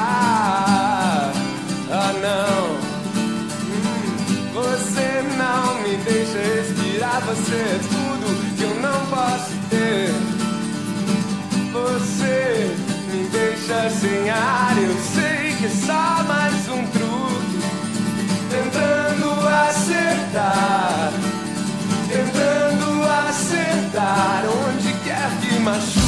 respirar. Ah, não. Hum, Você não me deixa respirar. Você é tudo que eu não posso ter. Você me deixa sem ar. Eu sei que é só mais um truque. Tentando acertar. Tentando acertar. Onde quer que machuque.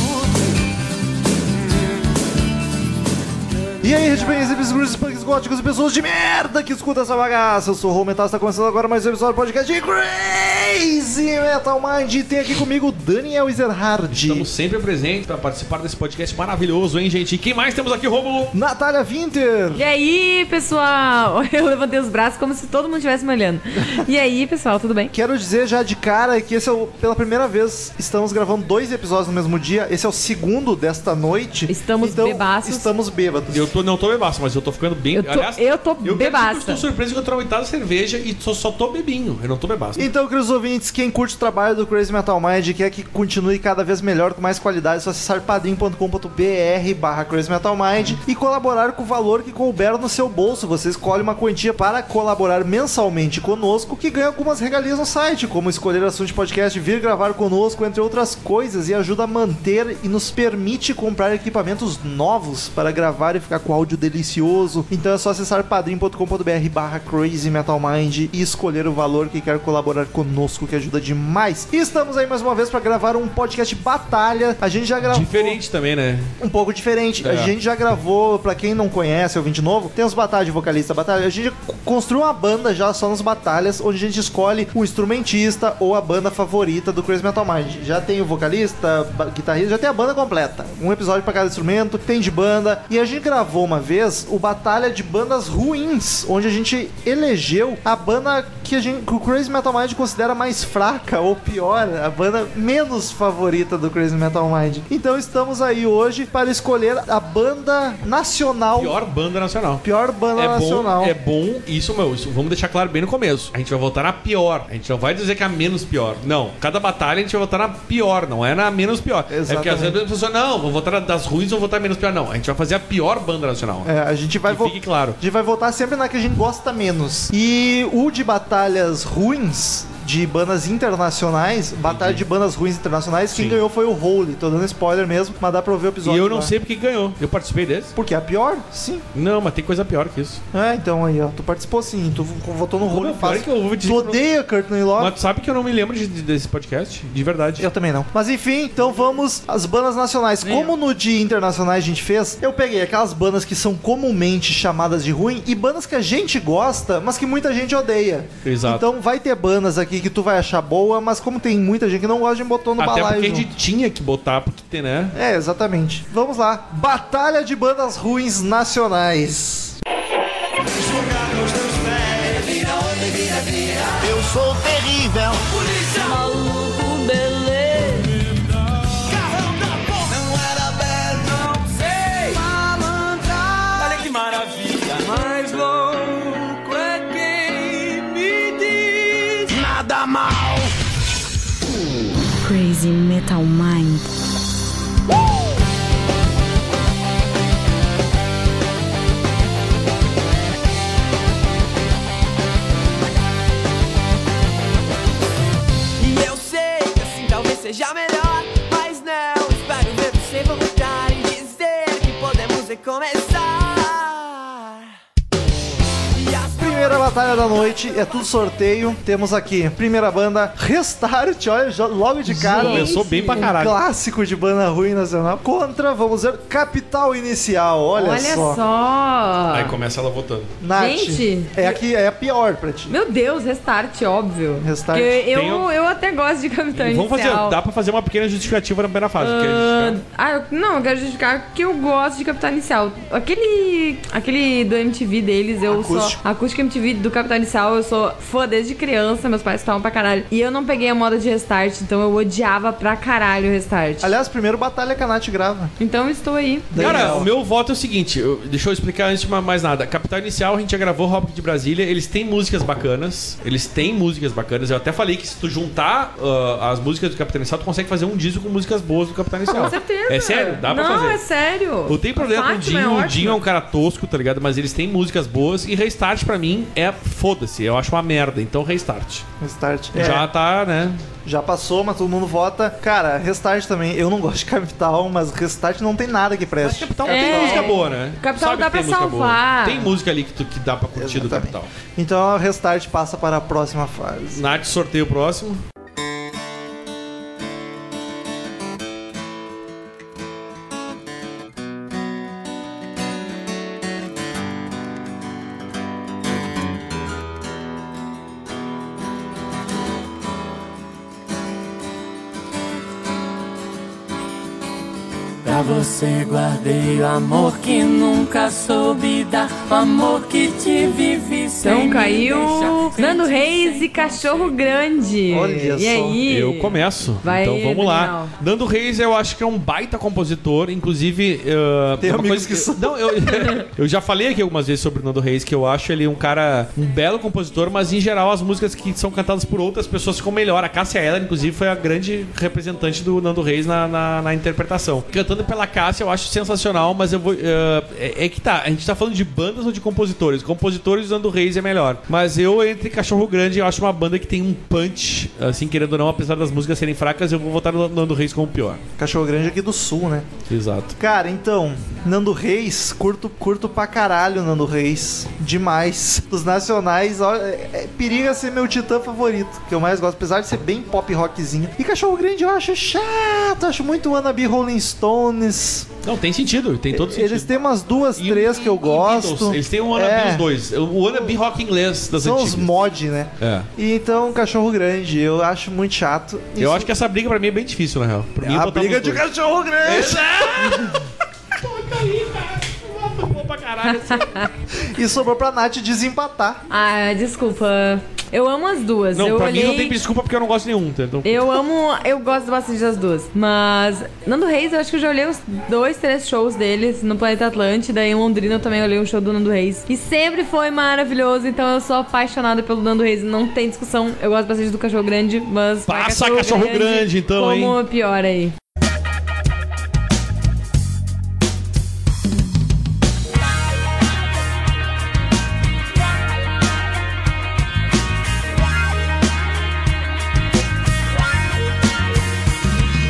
E aí, headbangers, hippies, grunts, punks, góticos e pessoas de merda que escuta essa bagaça. Eu sou o Rô Metal, está começando agora mais um episódio do podcast de Crazy Metal Mind. E tem aqui comigo o Daniel Ezerhard, Estamos sempre presentes para participar desse podcast maravilhoso, hein, gente? E quem mais temos aqui, Rômulo? Natália Winter, E aí, pessoal? Eu levantei os braços como se todo mundo estivesse me olhando. E aí, pessoal, tudo bem? Quero dizer já de cara que esse é o, pela primeira vez estamos gravando dois episódios no mesmo dia. Esse é o segundo desta noite. Estamos então, bebaços. Estamos bêbados. Eu tô, não tô bebaço, mas eu tô ficando bem. Eu tô- eu tô quero dizer que bebaça. Eu estou surpreso que eu tô aumentando a cerveja e só, só tô bebinho. Eu não tô bebaço. Então, queridos ouvintes, quem curte o trabalho do Crazy Metal Mind e quer que continue cada vez melhor, com mais qualidade, é só acessar padrim.com.br barra Crazy Metal Mind e colaborar com o valor que couber no seu bolso. Você escolhe uma quantia para colaborar mensalmente conosco, que ganha algumas regalias no site, como escolher assunto de podcast, vir gravar conosco, entre outras coisas, e ajuda a manter e nos permite comprar equipamentos novos para gravar e ficar com áudio delicioso. Então é só acessar padrim.com.br barra Crazy Metal Mind e escolher o valor que quer colaborar conosco, que ajuda demais. E estamos aí mais uma vez para gravar um podcast batalha. A gente já gravou Diferente também, né? um pouco diferente. A É. gente já gravou, pra quem não conhece, ouvinte novo, tem os batalhas de vocalista, batalha. A gente c- construiu uma banda já só nas batalhas, onde a gente escolhe o instrumentista ou a banda favorita do Crazy Metal Mind. Já tem o vocalista, ba- guitarrista, já tem a banda completa. Um episódio pra cada instrumento, tem de banda. E a gente gravou uma vez o Batalha de Bandas Ruins, onde a gente elegeu a banda que, a gente, que o Crazy Metal Mind considera mais fraca ou pior, a banda menos favorita do Crazy Metal Mind. Então estamos aí hoje para escolher a banda nacional, Tá pior, Pior banda nacional. banda É nacional. bom, é bom, isso, meu, isso, vamos deixar claro bem no começo. A gente vai votar na pior. A gente não vai dizer que é a menos pior. Não. Cada batalha a gente vai votar na pior, não é na menos pior. É porque às Exatamente. vezes a pessoa, não, vou votar na das ruins ou vou votar na menos pior. Não, a gente vai fazer a pior banda nacional. É, a gente vai que vo- fique claro. A gente vai votar sempre na que a gente gosta menos. E o de batalhas ruins, de bandas internacionais, batalha de bandas ruins internacionais, quem Sim. ganhou foi o Holy. Tô dando spoiler mesmo, mas dá pra ouvir o E episódio. eu não lá. sei porque ganhou. Eu participei desse? Porque é a pior? Sim. Não, mas tem coisa pior que isso. É, então aí, ó. Tu participou sim, tu votou no Holy Meu, pior é fácil. que eu vou te Tu odeia Kurt Love? Mas tu sabe que eu não me lembro de- de- desse podcast? De verdade. Eu também não. Mas enfim, então vamos às bandas nacionais. Como no de internacionais a gente fez, eu peguei aquelas bandas que são comumente chamadas de ruim e bandas que a gente gosta, mas que muita gente odeia. Exato. Então vai ter bandas aqui que tu vai achar boa, mas como tem muita gente que não gosta, a gente botou no Até balaio. porque é a junto. gente tinha que botar, porque tem, né? É, exatamente. Vamos lá. Batalha de bandas ruins nacionais. Eu sou terrível. Olha que maravilha. Mais louco é quem me diz. Nada mal. Crazy Metal Mind. E eu sei que assim talvez seja melhor. Mas não, espero ver você voltar e dizer que podemos recomeçar. E as Primeira batalha da noite, é tudo sorteio. Temos aqui, primeira banda, Restart, olha, já- logo de cara. Começou bem pra Um caralho. clássico de banda ruim nacional. Contra, vamos ver, Capital Inicial. Olha, Olha só. só. Aí começa ela votando. Nath, Gente. é aqui é a pior pra ti. Meu Deus, restart, óbvio. Restart. Porque Tem um- Eu, eu até gosto de Capitão Vamos fazer, Inicial. dá pra fazer uma pequena justificativa na primeira fase. porque a Então, Ah, gente ah, eu- não, eu quero justificar que eu gosto de Capitão Inicial. Aquele. Aquele do MTV deles, eu Acústico. só. Acústico MTV do Capital Inicial, eu sou fã desde criança, meus pais estavam pra caralho. E eu não peguei a moda de restart, então eu odiava pra caralho o restart. Aliás, primeiro batalha que a Nath grava. Então estou aí. Daí Cara, ela- o meu voto é o seguinte, eu- deixa eu explicar antes de ma- mais nada. Capital Inicial, a gente já gravou Rock de Brasília, eles têm músicas bacanas, eles têm músicas bacanas. Eu até falei que se tu juntar ah, as músicas do Capital Inicial, tu consegue fazer um disco com músicas boas do Capital Inicial. Ah, Com certeza. É sério? Dá pra não, fazer. é sério. Eu tenho problema com o Fátima Dinho, é o Dinho é um cara tosco, tá ligado? Mas eles têm músicas boas e Restart pra mim é foda-se, eu acho uma merda. Então Restart. Restart. Já Já. tá, né? já passou, mas todo mundo vota. Cara, Restart também. Eu não gosto de Capital, mas Restart não tem nada que Mas preste. Capital É. tem música boa, né? Capital Sabe dá que tem pra música boa. salvar. Tem música ali que, tu, que dá pra curtir do Exatamente. Capital. Então, Restart passa para a próxima fase. Nath, sorteio o próximo. Pra você guardei o amor que nunca soube dar, o amor que te vive sem Então me caiu deixar, sem Nando te- Reis sem e Cachorro Grande. Olha e só. aí? Eu começo. Vai, então vamos lá. Daniel. Nando Reis, eu acho que é um baita compositor. Inclusive. ah, Tem uma amigos que são. Não, eu, eu já falei aqui algumas vezes sobre o Nando Reis que eu acho ele um cara, um belo compositor, mas em geral as músicas que são cantadas por outras pessoas ficam melhor. A Cássia Eller, inclusive, foi a grande representante do Nando Reis na, na, na interpretação. Cantando pela Cássia eu acho sensacional, mas eu vou. ah, é, é que tá, a gente tá falando de bandas ou de compositores? Compositores do Nando Reis é melhor. Mas eu, entre Cachorro Grande, eu acho uma banda que tem um punch, assim, querendo ou não, apesar das músicas serem fracas, eu vou votar no Nando Reis como pior. Cachorro Grande aqui do Sul, né? Exato. Cara, então, Nando Reis, curto, curto pra caralho Nando Reis. Demais. Dos nacionais, ó, é, é, periga ser meu titã favorito, que eu mais gosto, apesar de ser bem pop rockzinho. E Cachorro Grande eu acho chato, acho muito wannabe Rolling Stones. Não, tem sentido, tem todo sentido. É, Eles têm umas duas, E- três que eu e gosto. Beatles. Eles têm um wannabe É, os dois. O wannabe rock inglês das São os antigas. mod, né? É. E então, Cachorro Grande, eu acho muito chato. Eu acho que essa briga pra mim é bem difícil, na real. Pra mim, a botar briga é os de dois. Cachorro Grande. um. E sobrou pra Nath desempatar. Ah, desculpa. Eu amo as duas. Não, eu pra olhei... mim não tem desculpa porque eu não gosto de nenhum. Então, Eu amo, eu gosto bastante das duas. Mas Nando Reis, eu acho que eu já olhei uns dois, três shows deles no Planeta Atlântida. Em Londrina eu também olhei um show do Nando Reis. E sempre foi maravilhoso, então eu sou apaixonada pelo Nando Reis. Não tem discussão. Eu gosto bastante do Cachorro Grande, mas. vai Passa Cachorro Grande, então, como hein? pior aí.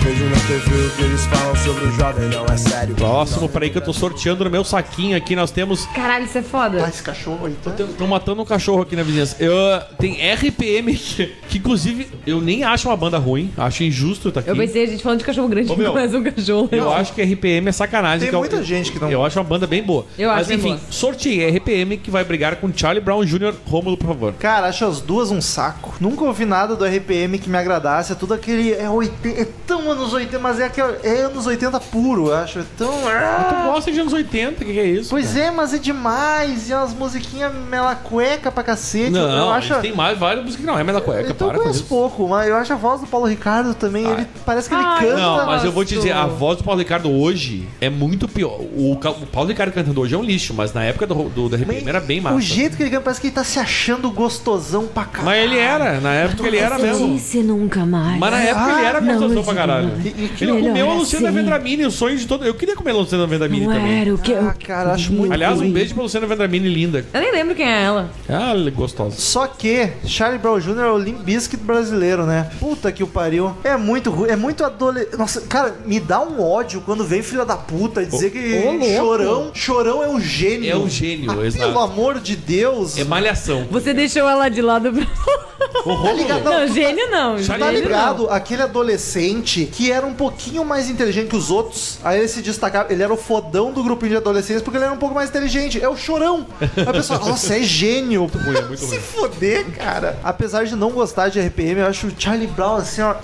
Vejo na TV o que eles falam sobre o jovem, não é sério. Próximo, peraí que eu tô sorteando no meu saquinho aqui. Nós temos. Caralho, isso é Ah, foda. esse cachorro aí tá... Estão matando um cachorro aqui na vizinhança. Eu, tem RPM, que, que, inclusive eu nem acho uma banda ruim. Acho injusto tá aqui. Eu pensei, a gente falando de cachorro grande, Ô, meu, mas um cachorro. Eu acho que RPM é sacanagem. Tem que é o- muita gente que não- Eu acho uma banda bem boa. Eu Mas acho bem enfim, boa. sorteei RPM que vai brigar com Charlie Brown Jr. Rômulo, por favor. Cara, acho as duas um saco. Nunca ouvi nada do RPM que me agradasse. É tudo aquele. É, 80, é tão anos 80, mas é, aquele, é anos 80 puro, eu acho. É tão. Tu Ah, gosta de anos 80, o que, que é isso? pois é, mas é demais. E umas musiquinhas melacueca pra cacete. Não, é, eu acho. tem mais várias músicas que não é mais da cueca, Então eu para com conheço isso. pouco, mas eu acho a voz do Paulo Ricardo também. Ele parece que ele Ai, canta. Não, mas eu vou te dizer, a Nossa. voz do Paulo Ricardo hoje é muito pior. O, Ca- o Paulo Ricardo cantando hoje é um lixo, mas na época do, do, da RPM era bem massa. O jeito que ele canta, parece que ele tá se achando gostosão pra caralho. Mas ele era, na época ele era mesmo. disse nunca mais. Mas na época ele era Ah, não gostoso pra existe caralho. mais. E- e que Ele melhor comeu a Luciana assim. Vendramini, o sonho de todo. Eu queria comer a Luciana Vendramini Não é. também. era o que eu. Ah, cara, acho muito Aliás, um ruim. beijo pra Luciana Vendramini, linda. Eu nem lembro quem é ela. Ah, ela é gostosa. Só que Charlie Brown Jr. é o Limp Bizkit brasileiro, né? Puta que o pariu. É muito ruim, é muito adolescente. Nossa, cara, me dá um ódio quando vem filha da puta dizer que ô, louco. Chorão, Chorão é um gênio. É um gênio, Ah, exato. Pelo amor de Deus. É malhação. Você deixou ela de lado pra. O Tá Romulo. ligado? Não, tu tá- gênio não. Tá Tá gênio ligado? Aquele adolescente que era um pouquinho mais inteligente que os outros, aí ele se destacava, ele era o fodão do grupinho de adolescentes porque ele era um pouco mais inteligente. É o chorão. Aí a pessoa, nossa, é gênio. ruim, é muito se ruim. foder, cara. Apesar de não gostar de RPM, eu acho o Charlie Brown assim, ó,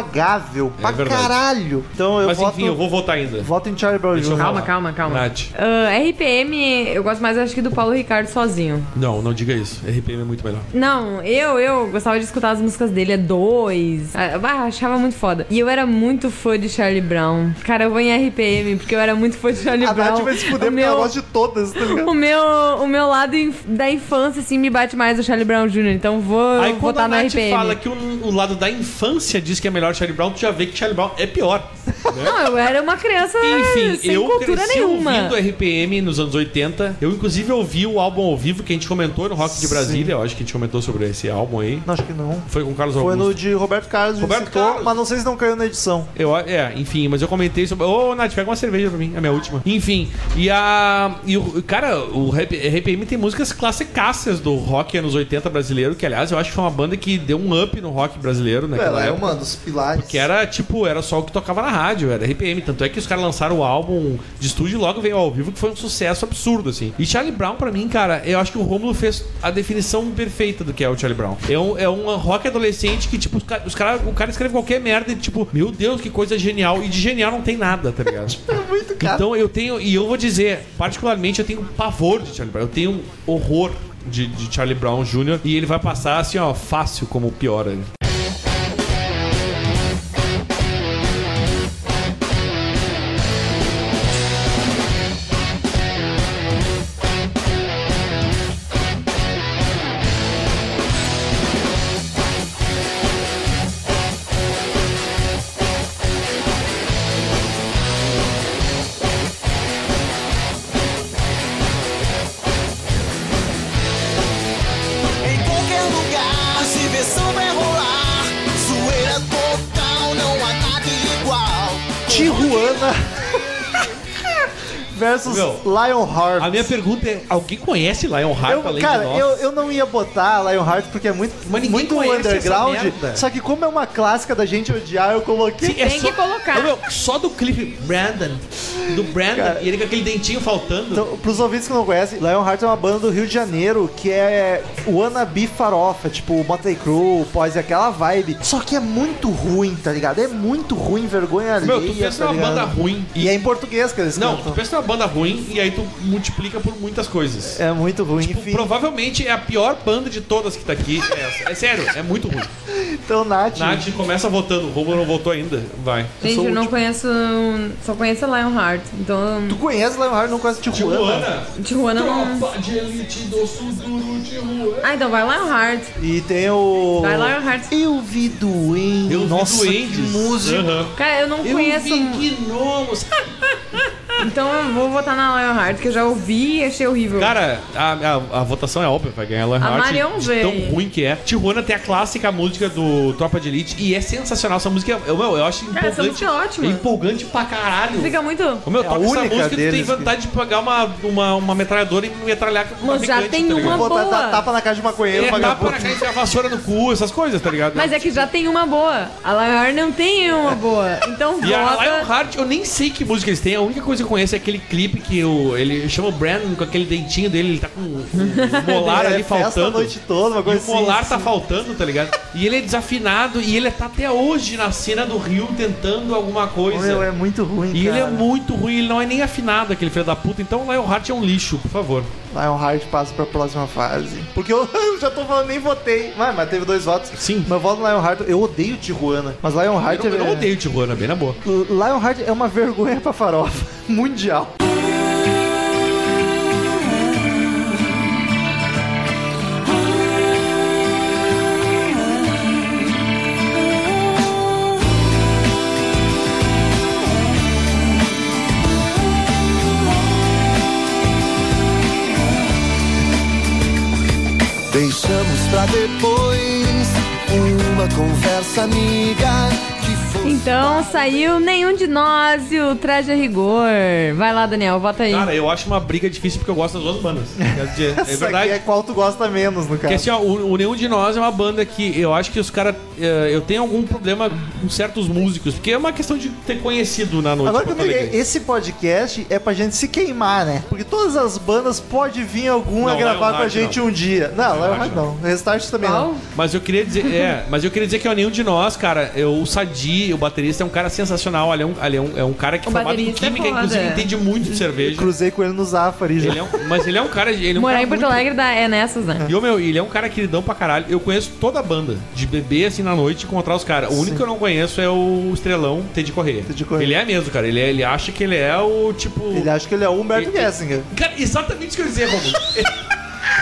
intragável pra É verdade. caralho. Então eu Mas voto, enfim, eu vou votar ainda. voto em Charlie Brown Deixa eu Jr. não. Calma, calma, calma. Nath. Ah, RPM, eu gosto mais, acho que do Paulo Ricardo sozinho. Não, não diga isso. RPM é muito melhor. Não, eu, eu gostava de escutar as músicas dele, é dois. Ah, ah, achava muito foda. E eu era muito fã de Charlie Brown. Cara, eu vou em RPM, porque eu era muito fã de Charlie Ah, A Brown. Nath vai se fuder O porque ela meu- gosta de todas, tá ligado? O meu, o meu lado inf- da infância, assim, me bate mais o Charlie Brown Jr., então vou Aí quando votar a no Nath RPM. fala que o, o lado da infância diz que é melhor Charlie Brown, tu já vê que Charlie Brown é pior. Não, eu era uma criança Enfim, Ah, sem eu cultura cresci nenhuma. ouvindo RPM nos anos 80. Eu, inclusive, ouvi o álbum ao vivo que a gente comentou no Rock de Brasília. Eu acho que a gente comentou sobre esse álbum aí. Não, acho que não. Foi com o Carlos Foi Augusto. no de Roberto Carlos, a gente Roberto citou, Carlos. mas não sei se não caiu na edição. Eu, é, enfim, mas eu comentei sobre. Ô, Nath, pega uma cerveja pra mim, é a minha última. Enfim, e a. E o, cara, o rap- RPM tem músicas classicaças do rock anos 80 brasileiro, que aliás eu acho que foi uma banda que deu um up no rock brasileiro, né? Ela é uma dos pilares. Que era tipo, era só o que tocava na rádio, era RPM. Tanto é que os caras lançaram o álbum de estúdio e logo veio ao vivo, que foi um sucesso absurdo, assim. E Charlie Brown, pra mim, cara, eu acho que o Romulo fez a definição perfeita do que é o Charlie Brown. É um, é um rock adolescente que, tipo, os ca- os cara, o cara escreve qualquer merda e, tipo, meu Deus, que coisa genial. E de genial não tem nada, tá ligado? Tipo, é muito caro. Então eu tenho, e eu vou dizer, particularmente eu tenho pavor de Charlie Brown, eu tenho horror de, de Charlie Brown Jr. e ele vai passar assim, ó, fácil como o pior né? ali. Em qualquer lugar, diversão vai rolar. Zoeira total, não há nada igual. Tijuana versus Meu, Lionheart. A minha pergunta é: alguém conhece Lionheart eu, além cara, de nós? eu, eu não ia botar Lionheart porque é muito, Mas ninguém muito conhece underground. essa merda. Só que como é uma clássica da gente odiar, eu Sim, coloquei. é Tem que colocar. Ô, meu, só do clipe Brandon, do Brandon, Cara. e ele com aquele dentinho faltando. Então, pros ouvintes que não conhecem, Lionheart é uma banda do Rio de Janeiro que é wannabe farofa, tipo Motley Crue, Poise, aquela vibe. Só que é muito ruim, tá ligado? É muito ruim, vergonha meu, alheia, tu pensa tá numa ligado? banda ruim. E é em português que eles Não, tu cantam. pensa numa banda ruim e aí tu multiplica por muitas coisas. É muito ruim, Tipo, enfim. provavelmente é a pior banda de todas que tá aqui. É, essa. É sério, é muito ruim. Então, Nath, Nath começa votando, o Romulo não votou ainda. Vai. Gente, sou eu, o não último. conheço. um- Só conheço Lionheart. Então, tu conhece Lionheart, não conhece Tijuana? Tijuana. Tijuana não. Tropa de elite do sul do Tijuana. Ah, então vai Lionheart. E tem o. Vai Lionheart. Eu vi doente. Eu vi Nossa, Duendes. que música. Aham. Cara, eu não Eu conheço. um- vi gnomos. Então eu vou votar na Lionheart, que eu já ouvi e achei horrível. Cara, a, a- a votação é óbvia, vai ganhar Ellen Hart. Marion de veio. Tão ruim que é. Tijuana tem a clássica música do Tropa de Elite e é sensacional. Essa música, eu, meu, eu acho Cara, empolgante. essa música é ótima. É empolgante pra caralho. Fica muito. Ô, meu, É a toca essa única música tu tem deles que- vontade de pegar uma, uma, uma metralhadora e metralhar com um Mas já traficante, tem tá uma ligado? Vou dar- boa. dar tapa na cara de maconheiro, É, dá pra vagabundo. cá enfiar a vassoura no cu, essas coisas, tá ligado? Mas é que já tem uma boa. A Lionheart não tem uma boa. Então E a vota. Lionheart, eu nem sei que música eles têm, a única coisa que eu conheço é aquele clipe que o, ele chama o Brandon com aquele dentinho dele, ele tá com um um molar É, ali festa faltando. a noite toda, uma E coisa o molar assim. tá faltando, tá ligado? E ele é desafinado e ele tá até hoje na cena do Rio tentando alguma coisa. Meu, é muito ruim, E ele é cara. muito ruim, ele não é nem afinado, aquele filho da puta. Então o Lionheart é um lixo, por favor. Lionheart passa pra próxima fase. Porque eu já tô falando, nem votei. Mas, mas teve dois votos. Sim. Mas eu voto no Lionheart. Eu odeio Tijuana. Mas Lionheart Eu, eu é... não odeio o Tijuana, bem na boa. Lionheart é uma vergonha pra farofa. Mundial. Deixamos pra depois uma conversa amiga que fosse. Então saiu nenhum de nós e o traje a rigor. Vai lá, Daniel, vota aí. Cara, eu acho uma briga difícil porque eu gosto das duas bandas. Quer dizer, é Essa aqui verdade. é qual tu gosta menos, no Porque caso. assim, ó, o, o Nenhum de Nós é uma banda que eu acho que os caras. eh, eu tenho algum problema com certos músicos, porque é uma questão de ter conhecido na noite. Agora que de eu Porto peguei, Alegre. esse podcast é pra gente se queimar, né? Porque todas as bandas pode vir alguma Não, gravar com Lion a Heart gente um dia. Não, Lion Heart Heart não. Restart também Qual? não. Mas eu queria dizer, é, mas eu queria dizer que é nenhum de nós, cara. Eu, o Sadi, o baterista, é um cara sensacional. Ele é um, ele é um, é um cara que O é formado em baterista é química, foda. inclusive entende muito de cerveja. Cruzei com ele no Zafari já. Ele é um- mas ele é um cara. Ele é um Morar cara em Porto muito- Alegre dá- é nessas, né? E o meu, ele é um cara queridão pra caralho. Eu conheço toda a banda. De beber assim na noite e encontrar os caras. O único que eu não conheço é o Estrelão Teddy Corrêa. Teddy Corrêa. Ele é mesmo, cara. Ele, é- ele acha que ele é o tipo. Ele acha que ele é o Humberto Ele- Gessinger. Cara, exatamente o que eu ia dizer, Romulo.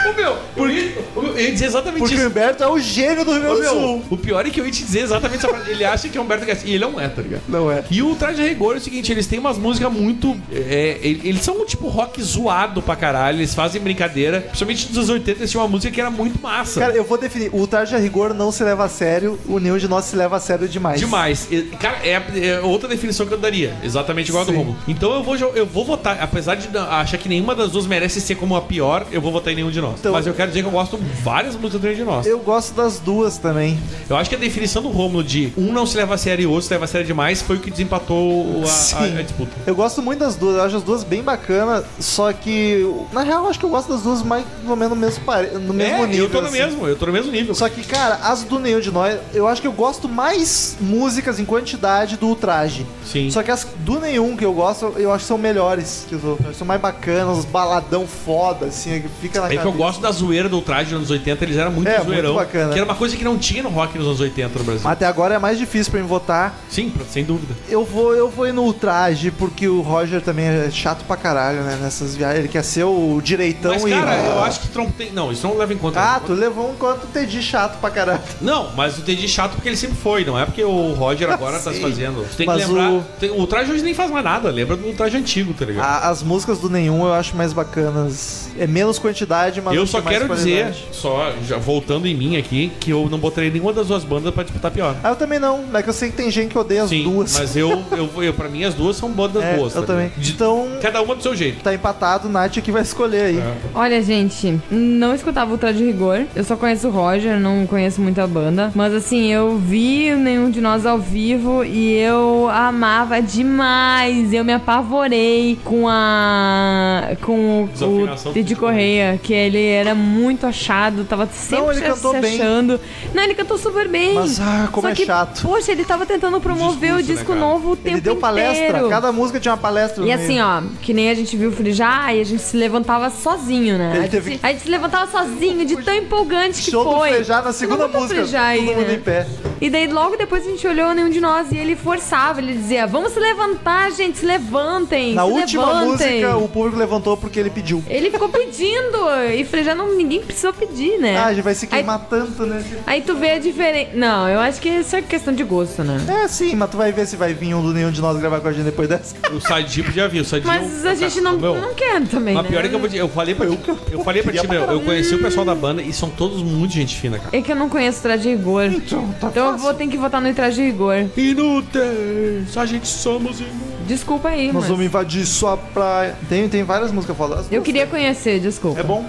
o meu, por Eu ia dizer exatamente Porque o isso. Humberto é o gênio do Rio Ô, Grande do meu, Sul. o pior é que eu ia te dizer exatamente essa frase. Ele acha que é Humberto Garcia. E ele não é, tá ligado? Não é. E o Traje a Rigor é o seguinte, eles têm umas músicas muito... é, ele- eles são um tipo rock zoado pra caralho, eles fazem brincadeira. Principalmente nos anos 80, eles tinham uma música que era muito massa. Cara, eu vou definir. O Tarja Rigor não se leva a sério, o nenhum de nós se leva a sério demais. Demais. E, Cara, é, é outra definição que eu daria. Exatamente igual a do Sim. Romulo. Então eu vou, jo- eu vou votar, apesar de não- achar que nenhuma das duas merece ser como a pior, eu vou votar em nenhum de nós. Então- Mas eu quero dizer que eu gosto várias músicas do nenhum de nós. Eu... Eu gosto das duas também. acho que a definição do Romulo de um não se leva a sério e o outro se leva a sério demais foi o que desempatou a, a- Sim. a disputa. Eu gosto muito das duas, eu acho as duas bem bacanas, só que. Na real, eu acho que eu gosto das duas mais ou menos no mesmo, pare... no mesmo é, nível. eu tô no assim. mesmo, eu tô no mesmo nível. Só que, cara, as do Neil de Nós, eu acho que eu gosto mais músicas em quantidade do Ultraje. Sim. Só que as do nenhum que eu gosto, eu acho que são melhores que os outros. São mais bacanas, os baladão foda, assim, que fica na É que eu cabeça. gosto da zoeira do Ultraje nos anos 80, eles eram muito É, muito zoeirão. bacana. Que era uma coisa que não tinha no rock nos anos 80 no Brasil. Mas Até agora é mais difícil pra mim votar. Sim, sem dúvida. Eu vou, eu vou ir no ultraje, porque o Roger também é chato pra caralho, né? Nessas viagens. Ele quer ser o direitão Mas, e. cara, eu acho que Trump tem. Não, isso não leva em conta. Ah, tu levou um quanto TD chato pra caralho. Não, mas o Teddy chato porque ele sempre foi, não é porque o Roger agora tá se fazendo. Tu tem que Mas lembrar. o- tem- O traje hoje nem faz mais nada, lembra do traje antigo, tá ligado? A- as músicas do nenhum eu acho mais bacanas. É menos quantidade, mas eu acho só que mais quero dizer, qualidade. só já voltando em mim aqui, que eu não botaria nenhuma das duas bandas pra disputar pior. Ah, eu também não, mas que eu sei que tem gente que odeia as Sim, duas. mas eu, eu, eu, pra mim as duas são bandas É, boas. eu tá também. ligado? De- Então, Cada uma do seu jeito. tá empatado, o Nath que vai escolher aí. É. Olha, gente, não escutava o Traje Rigor. Eu só conheço o Roger, não conheço muito a banda. Mas assim, eu vi o nenhum de nós ao vivo e eu amava demais. Eu me apavorei com a. com Desafinação do o Didi Didi Correia, que ele era muito achado, tava sempre Não, ele se- cantou se bem. achando. Não, ele cantou super bem. Mas, ah, como Só é que, chato. Poxa, ele tava tentando discurso, promover o né, disco cara? novo o tempo Ele deu palestra, inteiro. cada música tinha uma palestra. um E no assim, meio. ó, que nem a gente viu o frijar e a gente se levantava sozinho, né? Ele a, teve gente, que- a gente se levantava sozinho, de tão empolgante que Show do foi. Frejá na segunda Vamos música. Frejá aí, todo mundo né? em pé. E daí logo depois a gente olhou nenhum de nós e ele forçava, ele dizia: Vamos se levantar, gente, se levantem. Na se última levantem. música, o público levantou porque ele pediu. Ele ficou pedindo, e Frejá não, ninguém precisou pedir, né? Ah, já vai se aí, queimar tanto, né? aí tu vê a diferença. Não, eu acho que isso é questão de gosto, né? É, sim, mas tu vai ver se vai vir um do nenhum de nós gravar com a gente depois dessa. O Sadi podia vir, o é Sadi. Mas a gente não, Meu, não quer também. tá, Mas né? pior é que eu, vou te- eu falei pra ti, eu falei pra ti, meu, eu conheci o pessoal da banda e são todos muito gente fina, cara. É que eu não conheço traje rigor. Então, tá eu vou ter que votar no traje rigor. Inúteis, a gente somos inúteis. Desculpa aí, Nós mas vamos invadir sua praia. Tem, tem várias músicas fodas. eu queria conhecer, desculpa. É bom?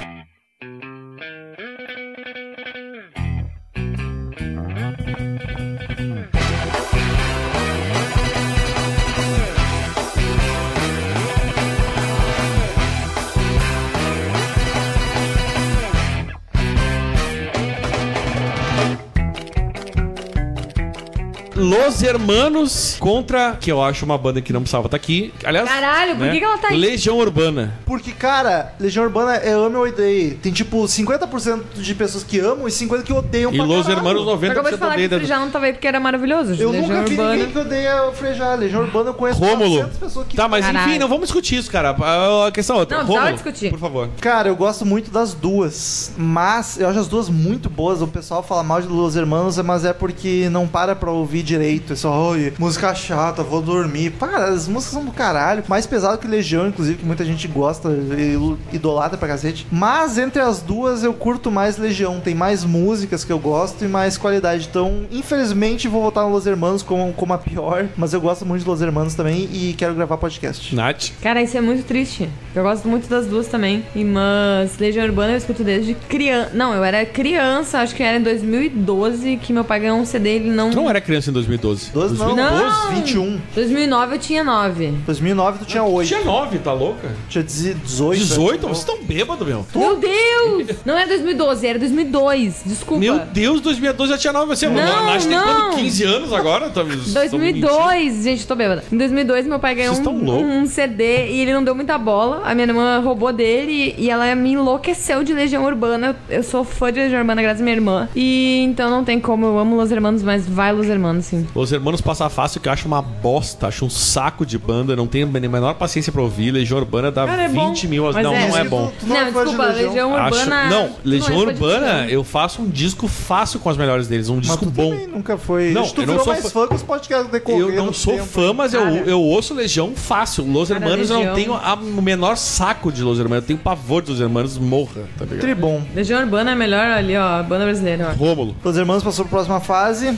Los Hermanos contra, que eu acho uma banda que não precisava estar aqui. Aliás, né? Caralho, por que que ela tá aí? Legião Urbana. Porque, cara, Legião Urbana é ame ou odeie. Tem, tipo, 50% de pessoas que amam e 50% que odeiam E pra Los caralho. Hermanos Eu acabei 90% de falar que odeia. o Frejá não tava aí porque era maravilhoso. tá Eu Legião nunca vi Urbana. ninguém que odeia o Frejá. Legião Urbana eu conheço Rômulo. 400 pessoas que... Tá, mas enfim, Caralho. não vamos discutir isso, cara. A- A questão é outra. Não, precisava Rômulo, discutir. por favor. Cara, eu gosto muito das duas, mas eu acho as duas muito boas. O pessoal fala mal de Los Hermanos, mas é porque não para pra ouvir direito. É só, "Ai, música chata, vou dormir. Para, as músicas são do caralho. Mais pesado que Legião, inclusive, que muita gente gosta e idolatra pra cacete. Mas entre as duas, eu curto mais Legião. Tem mais músicas que eu gosto e mais qualidade. Então, infelizmente, vou votar no Los Hermanos como, como a pior. Mas eu gosto muito de Los Hermanos também e quero gravar podcast. Nath. Cara, isso é muito triste. Eu gosto muito das duas também. E, mas Legião Urbana eu escuto desde criança. Não, eu era criança, acho que era em 2012 que meu pai ganhou um CD, ele não. Tu é. não era criança em 2012? 12 não, 2012? 21. 2009 eu tinha 9. 2009 tu tinha 8. Tinha 9, tá louca? Tinha 18. 18? né? Vocês estão bêbados, meu. Meu Deus! Não é era 2012, era 2002. Desculpa. Meu Deus, 2012 já tinha 9. Você, Não, a Nath tem não. quanto? 15 anos agora? Tá, vocês estão mentindo. 2002, gente, tô bêbada. Em 2002, meu pai ganhou Vocês tão loucos. um, um CD e ele não deu muita bola. A minha irmã roubou dele e ela me enlouqueceu de Legião Urbana. Eu sou fã de Legião Urbana, graças à minha irmã. E então não tem como, eu amo Los Hermanos, mas vai Los Hermanos, sim. Os Hermanos Passa Fácil, que eu acho uma bosta, acho um saco de banda, não tenho a menor paciência pra ouvir. Legião Urbana dá Cara, é bom. 20 mil. Mas não, é. não é Tu- bom. tu Não, é fã de desculpa, Legião Acho- Urbana. Não, Legião é fã de Urbana, Legião. eu faço um disco fácil com as melhores deles, um Mas disco tu bom. também nunca foi. Não, Acho que tu eu não virou sou mais fã- fã com os podcasts decorrendo. Eu não do sou tempo. fã, mas eu, Cara. eu ouço Legião fácil. Los Cara, Hermanos eu não Legião. tenho a- o menor saco de Los Hermanos. Eu tenho pavor dos Hermanos, morra, tá ligado? Tribom. Legião Urbana é melhor ali, ó, a banda brasileira, ó. Rômulo. Os irmãos passou pra próxima fase.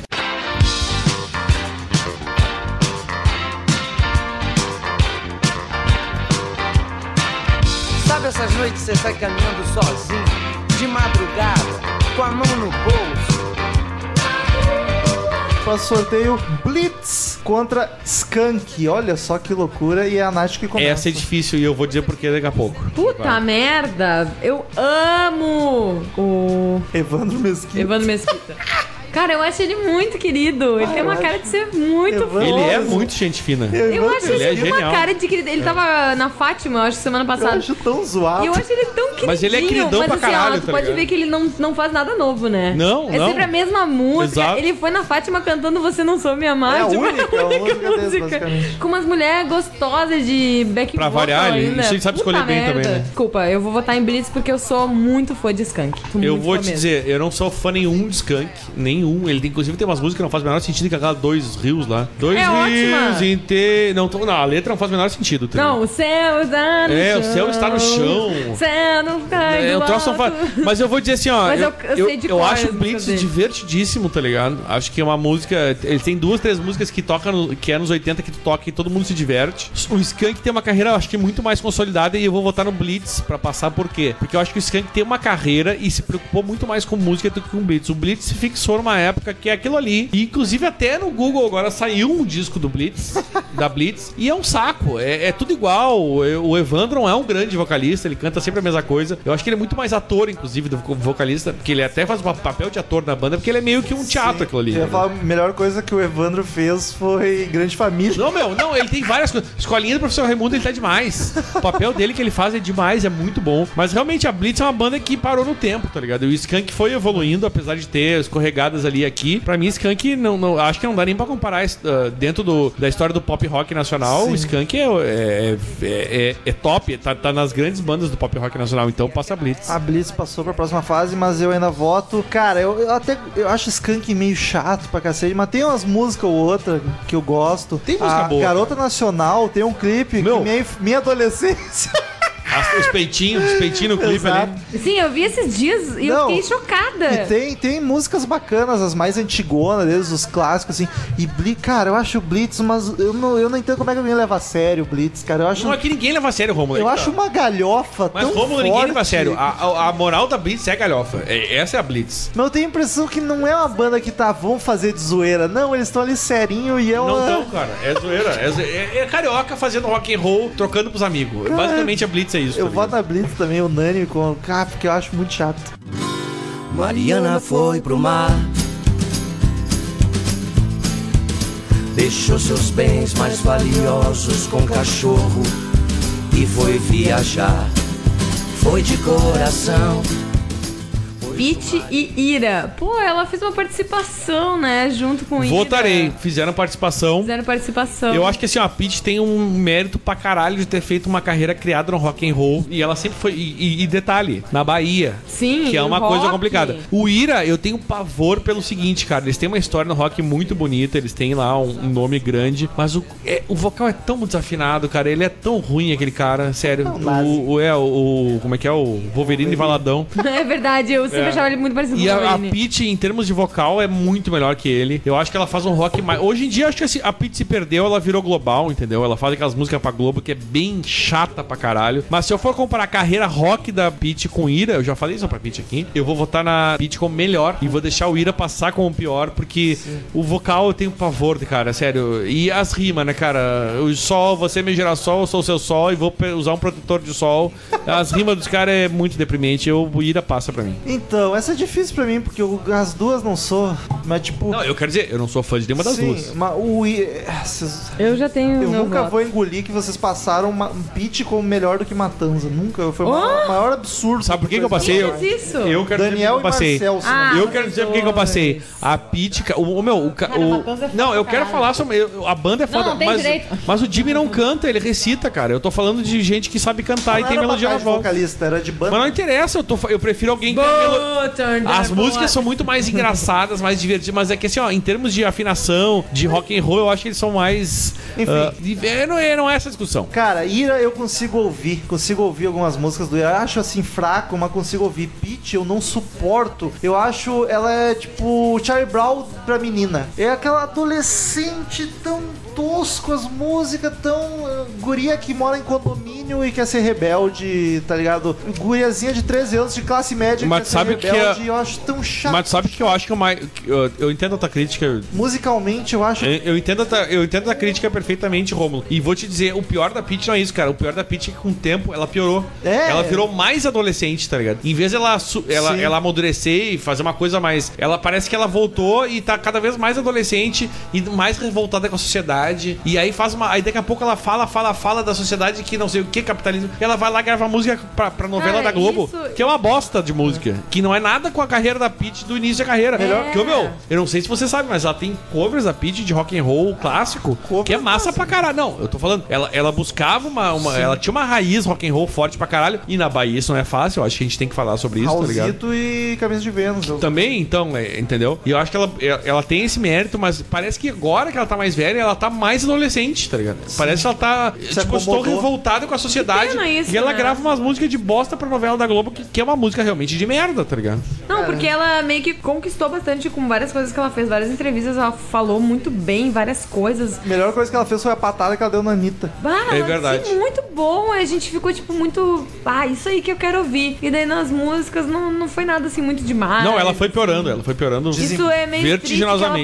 Sabe essas noites que você sai caminhando sozinho, de madrugada, com a mão no bolso? Próximo sorteio: Blitz contra Skunk. Olha só que loucura. E é a Nath que começa. Essa é difícil e eu vou dizer porque daqui a pouco. Puta Vai. merda, eu amo o Evandro Mesquita. Evandro Mesquita. Cara, eu acho ele muito querido. Ele tem uma cara de ser muito Evandro- fofo. Ele é Nossa. muito gente fina. Eu acho ele, Ele é uma genial. É. cara de querido. Ele tava na Fátima, eu acho, semana Eu passada. acho tão zoado. E eu acho ele tão queridinho. Mas ele é queridão mas, pra assim, ó, caralho, tu tá pode ligado? ver que ele não, não faz nada novo, né? Não, É não. sempre a mesma música. Exato. Ele foi na Fátima cantando Você Não Sou Minha Mãe. É a tipo, única, a única deles, basicamente. Com umas mulheres gostosas de back Pra variar, ele- ainda. isso ele sabe Puta escolher bem merda. também, né? Desculpa, eu vou votar em Blitz porque eu sou muito fã de Skunk. Tô Eu muito vou fã te mesmo. dizer, eu não sou fã nenhum de Skunk, nenhum. Ele tem, inclusive tem umas músicas que não faz o menor sentido, que é aquela dois rios lá. Dois É rios ótima. inteiros. Não, tô- não, a letra não faz o menor sentido. tá Não, ligado? o céu está no É, chão. o céu está no chão. Céu não cai É, do o troço não faz. alto. Mas eu vou dizer assim, ó. Mas eu, eu- eu sei eu- de eu cor acho as o músicas Blitz dele. divertidíssimo, tá ligado? Acho que é uma música. Ele tem duas, três músicas que toca no- que é nos 80 que tu toca e todo mundo se diverte. O Skank tem uma carreira, acho que muito mais consolidada e eu vou votar no Blitz pra passar por quê? Porque eu acho que o Skank tem uma carreira e se preocupou muito mais com música do que com Blitz. O Blitz se fixou numa época que é aquilo ali. E inclusive até no Google agora saiu um disco do Blitz, da Blitz, e é um saco. É, é tudo igual. Eu- O Evandro não é um grande vocalista, ele canta sempre a mesma coisa. Eu acho que ele é muito mais ator, inclusive, do que vocalista, porque ele até faz um papel de ator na banda, porque ele é meio que um teatro aquilo ali. Eu ia né? falar, a melhor coisa que o Evandro fez foi Grande Família. Não, meu, não, ele tem várias coisas. Escolinha do professor Raimundo, ele tá demais. O papel dele que ele faz é demais, é muito bom. Mas realmente a Blitz é uma banda que parou no tempo, tá ligado? E o Skunk foi evoluindo, apesar de ter escorregadas ali e aqui. Pra mim, Skunk, não, não- acho que não dá nem pra comparar ah, dentro do- da história do pop rock nacional. O Skunk é, é- é- é- é top, tá, tá nas grandes bandas do pop rock nacional. Então passa a Blitz. A Blitz passou pra próxima fase, mas eu ainda voto. Cara, eu, eu até eu acho Skank meio chato pra cacete, mas tem umas músicas ou outra que eu gosto. Tem música a boa, Garota Nacional tem um clipe Meu. que minha, minha adolescência. As- os peitinhos, os peitinhos no clipe ali. Exato. Sim, eu vi esses dias e Não. eu fiquei chocada. E tem, tem músicas bacanas, as mais antigonas deles, os clássicos, assim. E Blitz, cara, eu acho o Blitz, mas eu não, eu não entendo como é que alguém leva a sério o Blitz, cara. Eu acho, Não é que ninguém leva a sério, Romulo. eu Aí que acho tá. uma galhofa Mas tão Rômulo, forte. ninguém leva a sério. A, a- a moral da Blitz é galhofa. É- essa é a Blitz. Mas eu tenho a impressão que não é uma banda que tá, vão fazer de zoeira. Não, eles estão ali serinho e eu. Não tão, cara. É zoeira. É, zo- é- é carioca fazendo rock and roll, trocando pros amigos. Basicamente a Blitz é isso. Eu tá voto ligado? na Blitz também, unânime com. Ah, porque eu acho muito chato. Mariana foi pro mar. Deixou seus bens mais valiosos com o cachorro e foi viajar. Foi de coração. Pete e Ira. Pô, ela fez uma participação, né? Junto com Ira. Votarei. né? Fizeram participação. Fizeram participação. Eu acho que assim, ó, a Peach tem um mérito pra caralho de ter feito uma carreira criada no rock and roll. E ela sempre foi. E, e- e detalhe, na Bahia. Sim, Que é uma rock. coisa complicada. O Ira, eu tenho pavor pelo seguinte, cara. Eles têm uma história no rock muito bonita, eles têm lá um, um nome grande, mas o, é- o vocal é tão desafinado, cara. Ele é tão ruim, aquele cara. Sério. mas- o, o- é, o, o- Como é que é? O Wolverine Valadão. É verdade, eu sempre É. achava ele muito parecido E com o a, a Wolverine. Pete, em termos de vocal, é muito melhor que ele. Eu acho que ela faz um rock mais. Hoje em dia, acho que assim, a Pete se perdeu, ela virou global, entendeu? Ela faz aquelas músicas pra Globo que é bem chata pra caralho. Mas se eu for comparar a carreira rock da Pete com Ira, eu já falei isso pra Pete aqui, eu vou votar na Pete como melhor e vou deixar o Ira passar como o pior, porque o vocal eu tenho pavor, cara, sério. E as rimas, né, cara? O sol, você me gerar sol, eu sou o seu sol e vou pe- usar um protetor de sol. As rimas dos caras é muito deprimente, eu, o Ira passa pra mim. Então, essa é difícil pra mim, porque eu- as duas não sou. Mas tipo. Não, eu quero dizer, eu não sou fã de nenhuma das sim, duas. mas o. I- é, vocês- Eu já tenho Eu meu nunca voto. vou engolir que vocês passaram uma, um pitch como melhor do que Matanza. Nunca. Foi o maior, maior absurdo. Sabe por que, que eu passei? Quem Eu, fez isso? eu quero dizer Daniel por que eu passei. e Marcel. são- Ah, eu quero dizer por que que eu passei. A Pete. ca- O, o meu, o, ca- Cara, o- Matanza é foda Não, eu pra quero caralho. falar sobre. eu- a banda é foda, não tem mas, direito. mas o Jimmy não canta, ele recita, cara. Eu tô falando de gente que sabe cantar e Não tem era melodia na batalha de voz. vocalista, era de Mas não banda. interessa, eu, tô, fa- eu prefiro alguém que tem melo- As é músicas são muito mais engraçadas, mais divertidas, mas é que assim, ó, em termos de afinação, de rock and roll, eu acho que eles são mais. Enfim. ah, de- é, não, é, não é essa discussão. Cara, Ira eu consigo ouvir, consigo ouvir algumas músicas do Ira. Eu acho assim fraco, mas consigo ouvir. Peach eu não suporto. Eu acho ela é tipo Charlie Brown pra menina. É aquela adolescente tão tosco, as músicas tão eh, guria que mora em condomínio e quer ser rebelde, tá ligado? Guriazinha de 13 anos de classe média Mas que quer sabe que ser rebelde, é- eu acho tão chato. Mas tu sabe que eu acho que é o mais. que Eu, eu entendo a tua crítica. Musicalmente eu acho Eu, eu entendo a, tua- eu entendo a crítica perfeitamente, Romulo. E vou te dizer, o pior da Peach não é isso, cara. O pior da Peach é que com o tempo ela piorou. É. Ela virou mais adolescente, tá ligado? Em vez dela su- ela, Sim. ela amadurecer e fazer uma coisa mais. Ela parece que ela voltou e tá cada vez mais adolescente e mais revoltada com a sociedade. E aí faz uma. Aí daqui a pouco ela fala, fala, fala da sociedade que não sei o que, capitalismo. E ela vai lá gravar música pra, pra novela Cara, da Globo. isso- Que é uma bosta de música. Que não é nada com a carreira da Peach do início da carreira. Melhor- Que, ô, meu, eu não sei se você sabe, mas ela tem covers da Pete de rock and roll clássico, que é massa pra caralho. Não, eu tô falando, ela, ela buscava uma, uma- ela tinha uma raiz rock and roll forte pra caralho, e na Bahia isso não é fácil, eu acho que a gente tem que falar sobre isso, tá ligado? Raulzito e Camisa de Vênus. Eu- Também, então, é, entendeu? E eu acho que ela, ela- ela tem esse mérito, mas parece que agora que ela tá mais velha, ela tá mais adolescente, tá ligado? Parece que ela tá, tipo, estou acomodou. revoltada com a sociedade. pena isso, e ela né? grava umas músicas de bosta pra novela da Globo, que, que é uma música realmente de merda, tá ligado? Não, porque ela meio que conquistou bastante com várias coisas que ela fez, várias entrevistas, ela falou muito bem várias coisas. A melhor coisa que ela fez foi a patada que ela deu na Anitta. Bah, É ela verdade. disse muito bom, a gente ficou tipo muito, ah, isso aí que eu quero ouvir. E daí nas músicas não, não foi nada assim muito demais. Não, ela foi piorando, ela foi piorando Isso é meio vertiginosamente, vertiginosamente.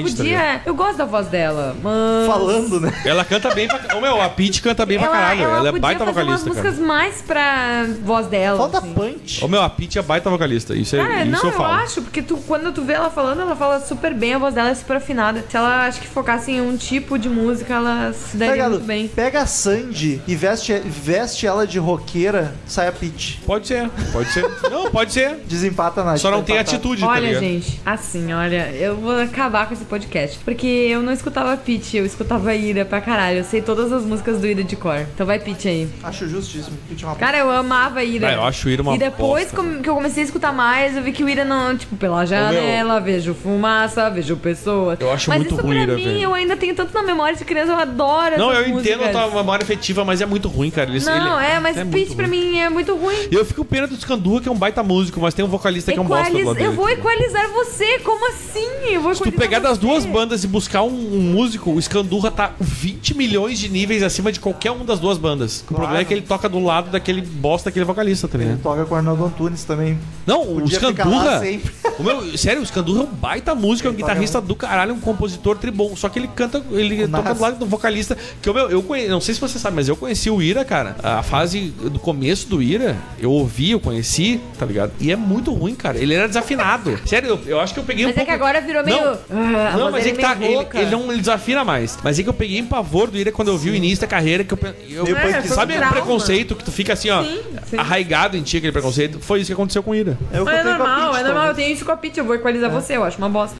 tá Triste, que ligado? ela podia... eu gosto da voz dela, mas Falando, né? Ela canta bem pra Ô, meu, a Pete canta bem pra caralho. Ela, é podia baita fazer umas vocalista, músicas cara. mais pra voz dela. Falta assim. punch. Ô, meu, a Pete é baita vocalista. Isso, é, Cara, isso Ah, não, eu falo. acho, porque tu, quando tu vê ela falando, ela fala super bem, a voz dela é super afinada. Se ela acho que focasse em um tipo de música, ela Tá se daria Pega, muito bem. pega a Sandy e veste, veste ela de roqueira, sai a Peach. Pode ser, pode ser. não, pode ser. Desempata na Só não tem empatado. atitude, tá Olha, ligado? gente, assim, olha, eu vou acabar com esse podcast. Porque eu não escutava Pete, eu escutava Ira pra caralho. Eu sei todas as músicas do Ira de cor. Então vai Pete aí. Acho justíssimo. Peach é uma Cara, eu amava Ira. Ah, eu acho o Ira uma E depois bosta. né? com- que eu comecei a escutar mais, eu vi que o Ira não, tipo, pela janela, vejo fumaça, vejo pessoas. Eu acho mas muito isso ruim, pra Ira, mim, velho. eu ainda tenho tanto na memória de criança, eu adoro Não, eu essas entendo a músicas. tua memória efetiva, mas é muito ruim, cara. Ele- Não, ele- é, mas muito Pete pra ruim. mim é muito ruim. Eu fico com pena do Scandurra, que é um baita músico, mas tem um vocalista que é um bosta do Equaliz- lado dele. Eu vou equalizar você, como assim? Eu vou Se tu equalizar pegar das você. duas bandas e buscar um, um músico, o Escandurra tá 20 milhões de níveis acima de qualquer um das duas bandas. O problema é que ele toca do lado daquele bosta, daquele vocalista, tá ligado? Ele toca com o Arnaldo Antunes também. Não, o Podia ficar lá Scandurra. sempre. O meu, sério, o Scandurra é um baita músico, é um guitarrista do caralho, um compositor tribom. Só que ele canta, ele Nossa. toca do lado do vocalista. Que o meu, eu conhe- não sei se você sabe, mas eu conheci o Ira, cara. A fase do começo do Ira, eu ouvi, eu conheci, tá ligado? E é muito ruim, cara. Ele era desafinado. Sério, eu, eu acho que eu peguei um Mas é pouco. que agora virou meio. Não. Ah, a Não, voz mas é dele que tá. meio Ele, rouca. ele não ele desafina mais. Mas é que eu peguei em pavor do Ira quando eu vi o início da carreira. Que eu, pe- eu, Meio sabe, frustrado, preconceito que tu fica assim, ó, Sim, sim. arraigado em ti aquele preconceito. Foi isso que aconteceu com o Ira. É o que Mas eu é tenho com a normal, Pitty, é normal. Eu talvez. tenho isso com a Pitty, eu vou É. equalizar você, eu acho uma bosta.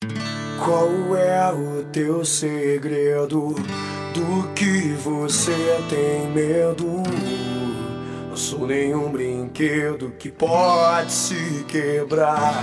Qual é o teu segredo? Do que você tem medo? Não sou nenhum brinquedo que pode se quebrar.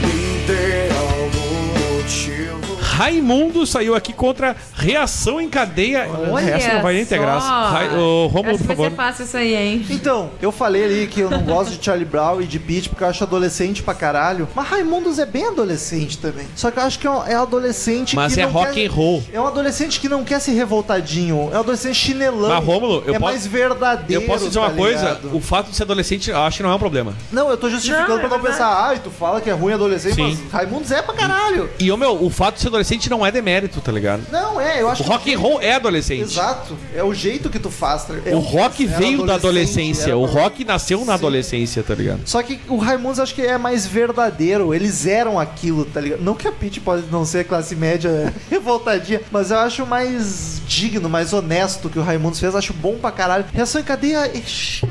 Me dê algum motivo. Raimundo saiu aqui contra reação em cadeia. Olha Essa não vai nem ter só. graça. Ra- Ô, Romulo, Acho que por vai favor. ser fácil isso aí, hein? Então, eu falei ali que eu não gosto de Charlie Brown e de Pete porque eu acho adolescente pra caralho. Mas Raimundos é bem adolescente também. Só que eu acho que é um é um adolescente Mas que é não rock quer- and roll. É um adolescente que não quer ser revoltadinho. É um adolescente chinelão. Mas, Rômulo, eu é posso- mais verdadeiro. Eu posso dizer tá uma coisa, ligado? o fato de ser adolescente, eu acho que não é um problema. Não, eu tô justificando Não, pra é não verdade. pensar, ai, tu fala que é ruim adolescente, Sim. mas Raimundos é pra caralho. E, ô, meu, o fato de ser adolescente não é demérito, tá ligado? Não, é, eu acho O rock and roll é adolescente. Exato. É o jeito que tu faz. tá ligado? É O rock era veio da adolescente, adolescência. era O adolescente. rock nasceu na Sim. adolescência, tá ligado? Só que o Raimundos acho que é mais verdadeiro. Eles eram aquilo, tá ligado? Não que a Peach pode não ser classe média revoltadinha, mas eu acho mais digno, mais honesto que o Raimundos fez. Acho bom pra caralho. Reação em cadeia é chato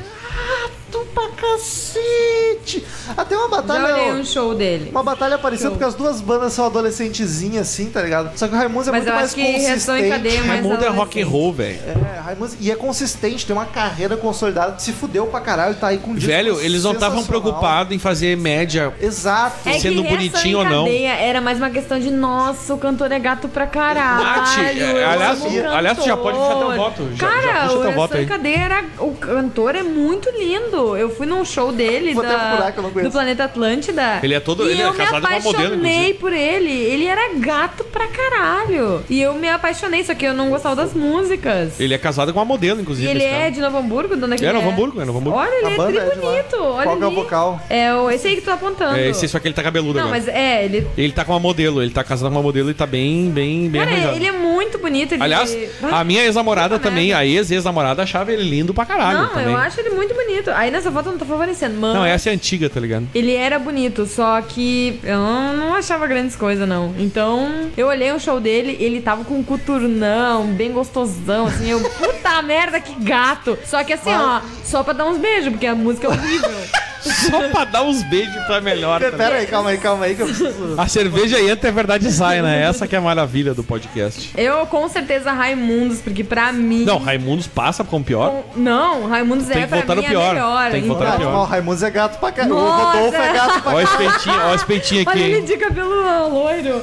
pra cacete. Até uma Já olhei um batalha. show dele. Uma batalha parecida Show. porque as duas bandas são adolescentezinhas assim, tá ligado? Só que o Raimundos é Mas muito eu mais acho que Reação em consistente. Cadeia é mais Raimundo é rock and adolescente. roll, velho. É, Raimundos, e é consistente, tem uma carreira consolidada, se fudeu pra caralho, tá aí com um disco Velho, eles não estavam sensacional. preocupados em fazer média. Exato. É sendo que reação bonitinho ou em não. cadeia Era mais uma questão de, nossa, o cantor é gato pra caralho. Nath, é, eu aliás, amo o aliás, tu já pode puxar cantor." teu voto, já- Cara, já puxa teu o voto Reação aí. em cadeia era... O cantor é muito lindo. Eu fui num show dele Vou até da- procurar, que eu não conheço. do Planeta Atlântida. Ele é todo- E ele é eu casado me com uma modelo, apaixonei inclusive. por ele. Ele era gato pra caralho. E eu me apaixonei, só que eu não gostava das músicas. Ele é casado com uma modelo, E inclusive. ele esse cara. é de Novo Hamburgo? De onde é que É, ele Novo Hamburgo, é Novo Hamburgo. Olha, A ele é banda é de tri lá. bonito. Olha Qual que é o ali. vocal? É o- esse aí que tu tá apontando. É, esse só que ele tá cabeludo Não, agora. mas é, ele Ele tá com uma modelo, ele tá casado com uma modelo e tá bem, bem, bem Cara, arranjado. ele é muito bonito. Ele... Aliás, Ah, a minha ex-namorada puta também, merda. a ex-ex-namorada achava ele lindo pra caralho Não, também. eu acho ele muito bonito. Aí nessa foto eu não tô favorecendo, mano. Não, essa é antiga, tá ligado? Ele era bonito, só que eu não, não achava grandes coisas, não. Então, eu olhei um show dele, ele tava com um coturnão, bem gostosão, assim. Eu, puta merda, que gato. Só que assim, ó, só pra dar uns beijos, porque a música é horrível. Só pra dar uns beijos pra melhor. É. tá ligado? Pera aí, calma aí, calma aí que eu preciso. A cerveja entra, é verdade, sai, né? Essa que é a maravilha do podcast. eu, com certeza, Raimundos, porque pra mim... Não, Raimundos passa como pior. com- Não, Raimundos Tem é que pra votar no mim pior. a melhor. então. Tem que votar Ah, Tá pior. mas o Raimundos é gato pra caralho. O Nossa. Rodolfo é gato pra Ó o espetinho, ó o espetinho aqui. Olha ele hein? de cabelo loiro.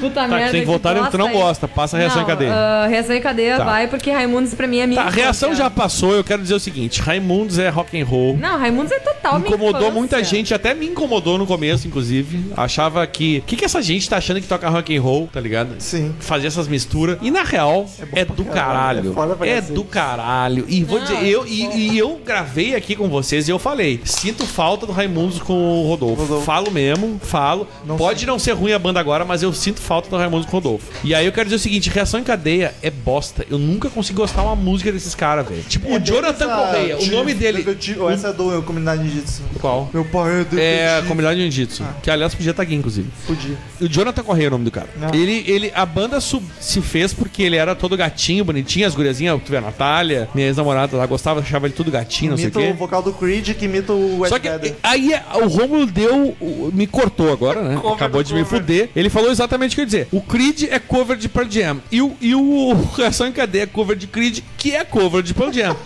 Puta Tá, merda. tu tem que votar no que tu não bosta, hein? gosta. Passa a reação Não, em cadeia. ah, reação em cadeia Tá. vai, porque Raimundos pra mim é minha. Tá, a reação já infância. passou, eu quero dizer o seguinte: Raimundos é rock and roll. Não, Raimundos é total minha Incomodou infância. muita gente, até me incomodou no começo, inclusive. Achava que. O que, que essa gente tá achando que toca rock and roll, tá ligado? Sim. Fazer essas misturas. E na real, é, do caralho. É foda pra É, cacete. do caralho. E vou Não, dizer, eu, e, e eu gravei aqui com vocês e eu falei: sinto falta do Raimundos com o Rodolfo. Rodolfo. Falo mesmo, falo. Não Pode não ser ruim a banda agora, mas eu sinto falta do Raimundos com o Rodolfo. E aí eu quero dizer o seguinte: reação em cadeia é bosta. Eu nunca consegui gostar uma música desses caras, velho. Tipo, É o Jonathan Correia, o nome dele. Ou essa é do Comunidade Jiu-Jitsu. Qual? Meu pai é do. É, a comunidade de jiu-jitsu. Que aliás podia estar aqui, inclusive. Fudir. O Jonathan Correia é o nome do cara. Ah. Ele, ele, a banda sub- se fez porque ele era todo gatinho, bonitinho, as guriazinhas, tu vê a Natália, minha ex-namorada lá gostava, achava ele tudo gatinho, não sei o Imita o quê. vocal do Creed que imita o Só Ed que Vedder. aí é, o Romulo deu. o- Me cortou agora, né? Acabou de me fuder. Ele falou exatamente o que eu ia dizer. O Creed é cover de Pearl Jam. E o, e o Reação em Cadeia é cover de Creed, que é cover de Pearl Jam.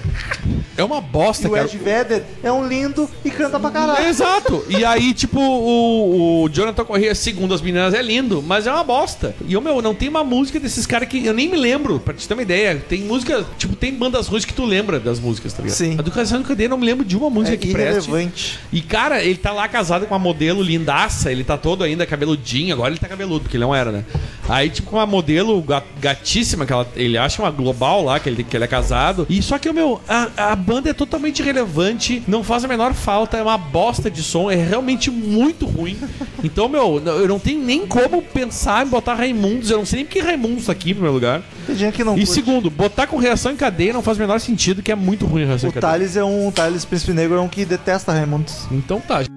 É uma bosta, E o cara. Ed Vedder é um lindo e canta pra caralho. Exato. E aí, tipo, o, o Jonathan Corrêa, segundo as meninas, é lindo, mas é uma bosta. E o meu, não tem uma música desses caras que eu nem me lembro, pra te ter uma ideia. Tem música, tipo, tem bandas ruins que tu lembra das músicas, tá ligado? Sim. A do Cassiano Cadeia não me lembro de uma música É que preste. irrelevante. E, cara, ele tá lá casado com uma modelo lindaça, ele tá todo ainda cabeludinho, agora ele tá cabeludo, porque ele não era, né? Aí, tipo, com uma modelo ga- gatíssima, que ela- ele acha uma global lá, que ele, que ele é casado. E só que, meu, a, a banda é totalmente irrelevante, não faz a menor falta, é uma bosta de som, é realmente muito ruim. Então, meu, n- eu não tenho nem como pensar em botar Raimundos, eu não sei nem porque Raimundos tá aqui, em primeiro lugar. Tem gente que não E curte. segundo, botar com reação em cadeia não faz o menor sentido, que é muito ruim a reação O em cadeia. Thales é um. O Thales Príncipe Negro é um que detesta Raimundos. Então tá, Qual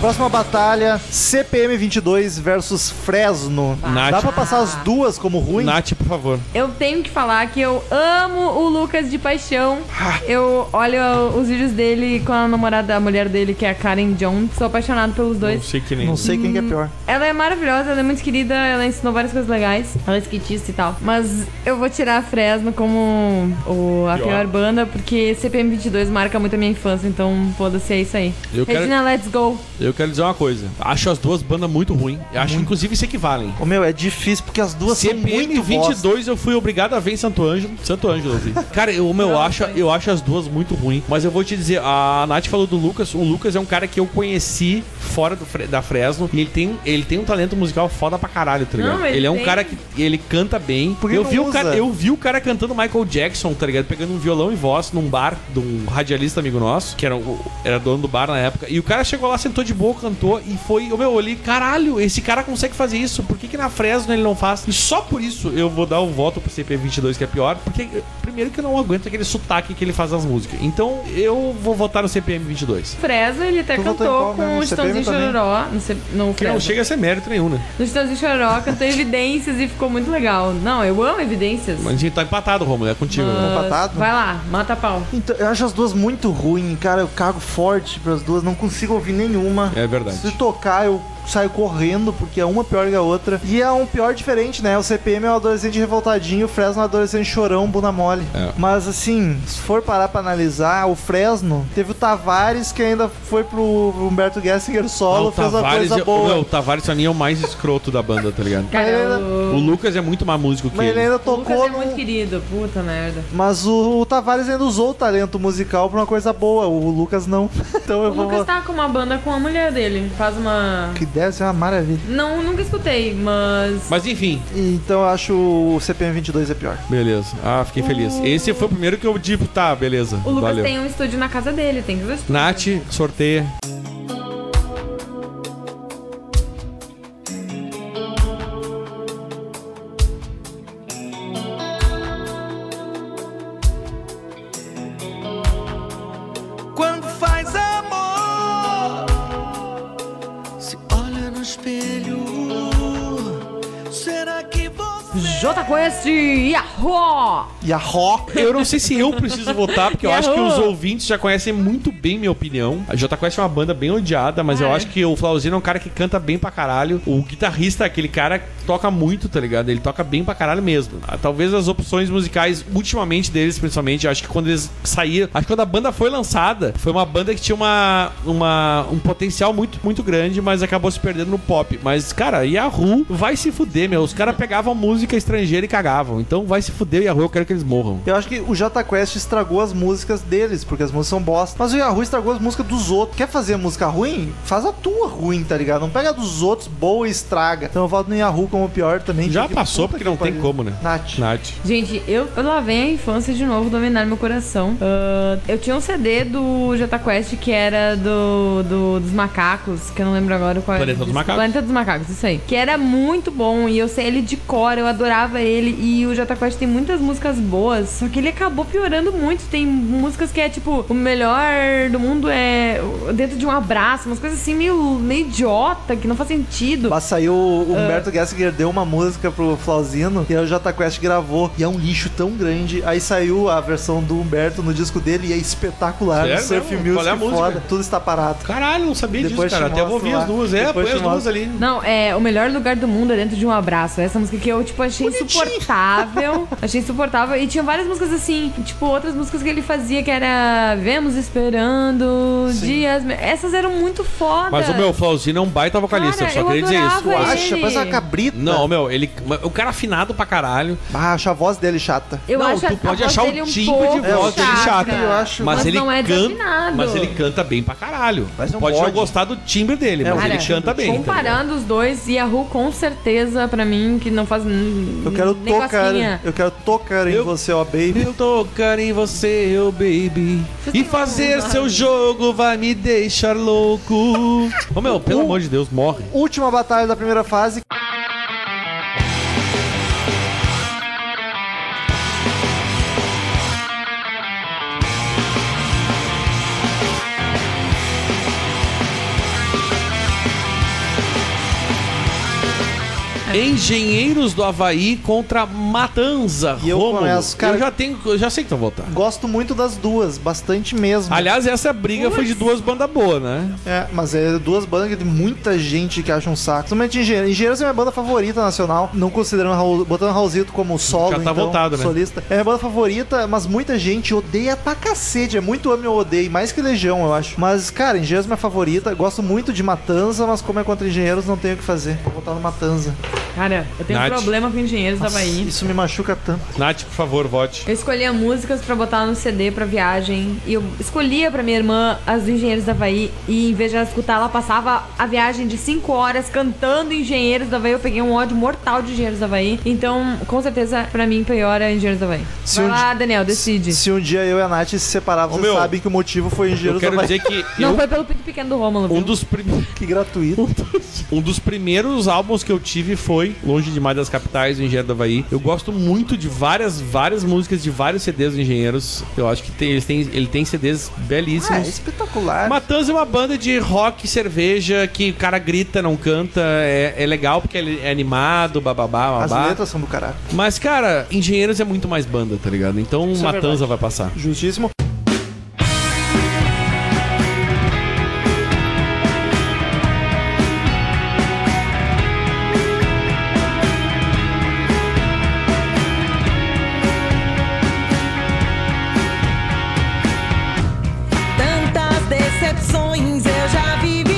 Próxima batalha, CPM 22 versus Fresno. Ah. Nath. Dá pra passar as duas como ruim? Nath, por favor. Eu tenho que falar que eu amo o Lucas de paixão. Ah. Eu olho os vídeos dele com a namorada, a mulher dele, que é a Karen Jones. Sou apaixonado Não pelos dois. sei que nem. Não sei quem que é pior. Ela é maravilhosa, ela é muito querida, ela ensinou várias coisas legais. Ela é skatista e tal. Mas eu vou tirar a Fresno como o- a Pior. pior. banda, porque CPM 22 marca muito a minha infância, então foda-se, é isso aí. Eu quero- Regina, let's go. Eu quero dizer uma coisa. Acho as duas bandas muito ruim. Eu acho que inclusive se equivalem. Ô meu, é difícil porque as duas são CPM muito 22. 22 eu fui obrigado a ver em Santo Ângelo. Santo Ângelo, eu vi. Cara, eu, meu, eu acho, eu acho as duas muito ruins. Mas eu vou te dizer, a Nath falou do Lucas. O Lucas é um cara que eu conheci fora do Fre- da Fresno. E ele tem, ele tem um talento musical foda pra caralho, tá ligado? Não, ele ele é um tem. cara que ele canta bem. Por que eu, não vi o usa? cara, eu vi o cara cantando Michael Jackson, tá ligado? Pegando um violão e voz num bar de um radialista amigo nosso, que era, o- era dono do bar na época. E o cara chegou lá, sentou de boa, cantou e foi. Ô meu, eu olhei, caralho, esse cara consegue fazer isso. Por que, que na Fresno ele não faz? E só por isso eu vou dar o voto pro CP22, que é pior, porque primeiro que eu não aguento aquele sotaque que ele faz nas músicas. Então eu vou votar no CPM22. Fresno, ele até Tu votou em qual cantou com mesmo? o CPM Chitãozinho também? Chororó. No, C- no Que não Fresno. chega a ser mérito nenhum, né? No Chitãozinho Chororó, cantou Evidências e ficou muito legal. Não, eu amo Evidências. Mas a gente tá empatado, Romulo, é contigo. né? Mas empatado? Vai lá, mata a pau. Então, eu acho as duas muito ruim, cara. Eu cago forte pras duas, não consigo ouvir nenhuma. É verdade. Se tocar, eu saio correndo, porque é uma pior que a outra. E é um pior diferente, né? O CPM é um adolescente revoltadinho, o Fresno é um adolescente chorão, bunda mole. É. Mas assim, se for parar pra analisar, o Fresno teve o Tavares que ainda foi pro pro Humberto Gessinger solo, Ah, o fez uma Tavares coisa é- boa. Não, o Tavares pra mim é o mais escroto da banda, tá ligado? Cara, Mas ele- o- O Lucas é muito mais músico que Mas ele ele. ainda o Lucas tocou é no. muito querido, puta merda. Mas o, o Tavares ainda usou o talento musical pra uma coisa boa, o Lucas não. Então eu O vou. Lucas tá com uma banda com a mulher dele. Faz uma. Que deve ser uma maravilha. Não, nunca escutei, mas. Mas enfim, Então eu acho o CPM 22 é pior. beleza. Ah, fiquei feliz. Hum. Esse foi o primeiro que eu digo, tá, beleza. O Lucas valeu. tem um estúdio na casa dele, tem que ver. o um- estúdio. Nath, sorteia. Quando faz amor, se olha no espelho, será que você. Jota Quest, Yahoo! E a Rock. Eu não sei se eu preciso votar, porque eu acho que os ouvintes já conhecem muito bem minha opinião. A Jota Quest é uma banda bem odiada, mas eu acho que o Flauzino é um cara que canta bem pra caralho. O guitarrista, é aquele cara que toca muito, tá ligado? Ele toca bem pra caralho mesmo. Ah, Talvez as opções musicais, ultimamente deles, principalmente, eu acho que quando eles saíram. Acho que quando a banda foi lançada, foi uma banda que tinha uma, uma- um potencial muito, muito grande, mas acabou se perdendo no pop. Mas, cara, Yahoo vai se fuder, meu. Os caras pegavam música estrangeira e cagavam. Então vai se fuder, Yahoo, eu quero que eles morram. Eu acho que o Jota Quest estragou as músicas deles, porque as músicas são bosta. Mas o Yahoo estragou as músicas dos outros. Quer fazer música ruim? Faz a tua ruim, tá ligado? Não pega a dos outros, boa e estraga. Então eu voto no Yahoo como o pior também. Já Porque- passou, puta porque que não tem pariu. como, né? Nath. Nath. Gente, eu eu lá vem a infância de novo dominar meu coração. Ah, eu tinha um CD do Jota Quest que era do, do- dos macacos, que eu não lembro agora qual era. Planeta dos Macacos. Planeta dos Macacos, isso aí. Que era muito bom e eu sei ele de cor, eu adorava ele. E o Jota Quest tem muitas músicas boas, só que ele acabou piorando muito. Tem músicas que é tipo, o melhor do mundo é dentro de um abraço, umas coisas assim meio, meio idiota, que não faz sentido. Mas saiu o Humberto Gessinger deu uma música pro Flauzino e aí o Jota Quest gravou. E é um lixo tão grande. Aí saiu a versão do Humberto no disco dele e é espetacular. Sério Surf mesmo? Music, Qual é a música? foda. Tudo está parado. Caralho, não sabia Depois disso, cara. te Até vou mostro ouvir as lá. duas. É, Depois põe te as duas mostro. ali. Não, é o melhor lugar do mundo é dentro de um abraço. Essa música que eu, tipo, achei insuportável. achei insuportável. E tinha várias músicas assim, tipo, outras músicas que ele fazia que era Vemos Esperando, Dias. Me- Essas eram muito foda. Mas o meu, o Flauzino é um baita vocalista, Cara, só eu queria dizer isso. adorava Eu acho- Acha, Ele- parece uma cabrita. Não, meu, ele. O cara afinado pra caralho. Ah, acho a voz dele chata. Eu Não, acho a- tu pode a voz achar o dele um timbre pouco de voz dele chata, chata. eu acho. Mas, Mas ele não é canta. desafinado. Mas ele canta bem pra caralho. Mas é um não Pode não pode. gostar do timbre dele, É, mas cara, ele canta bem. tá ligado? Comparando os dois, Yahoo com certeza, pra mim, que não faz. Eu quero nem tocar. cosquinha. Eu quero tocar em Eu- você, ó, baby. Eu tocar em você, eu baby. E fazer seu jogo vai me deixar louco. Ô meu, pelo amor de Deus, morre. Última batalha da primeira fase. Engenheiros do Havaí contra Matanza. E eu Rômulo. começo, cara. Eu já tenho, eu já sei que tu vai voltar. Gosto muito das duas, bastante mesmo. Aliás, essa briga foi de duas bandas boas, né? É, mas é duas bandas que tem muita gente que acha um saco. Principalmente Engenheiros. Engenheiros é minha banda favorita nacional. Não considerando Raul, botando Raulzito como solo, Já tá então, voltado, né? solista. É minha banda favorita, mas muita gente odeia pra cacete. É muito ame ou odeio, mais que Legião, eu acho. Mas, cara, Engenheiros é minha favorita. Gosto muito de Matanza, mas como é contra Engenheiros, não tenho o que fazer. Vou botar no Matanza. Cara, eu tenho um Nath. problema com engenheiros da Bahia. Isso me machuca tanto. Nath, por favor, vote. Eu escolhia músicas pra botar no CD pra viagem. E eu escolhia pra minha irmã as do Engenheiros da Havaí. E em vez de ela escutar, ela passava a viagem de 5 horas cantando Engenheiros da Havaí. Eu peguei um ódio mortal de Engenheiros da Havaí. Então, com certeza, pra mim, pior é Engenheiros da Havaí. Se Vai um lá, Daniel, decide. Se um dia eu e a Nath se separar, vocês meu, sabem que o motivo foi Eu Engenheiros da quero Bahia. dizer que Não eu- foi pelo pinto pequeno do Rômulo, viu? um dos primeiros. Que gratuito. Um dos primeiros álbuns que eu tive foi Longe Demais das Capitais, do Engenheiro do Havaí. Eu gosto muito de várias, várias músicas de vários CDs do Engenheiros. Eu acho que tem, eles têm, ele tem CDs Ah, belíssimos. espetacular. Matanza é uma banda de rock e cerveja que o cara grita, não canta. É, é legal porque ele é animado, bababá, As babá. letras são do caralho. Mas, cara, Engenheiros é muito mais banda, tá ligado? Então Isso é Matanza vai passar. Justíssimo. Tantas decepções eu já vivi.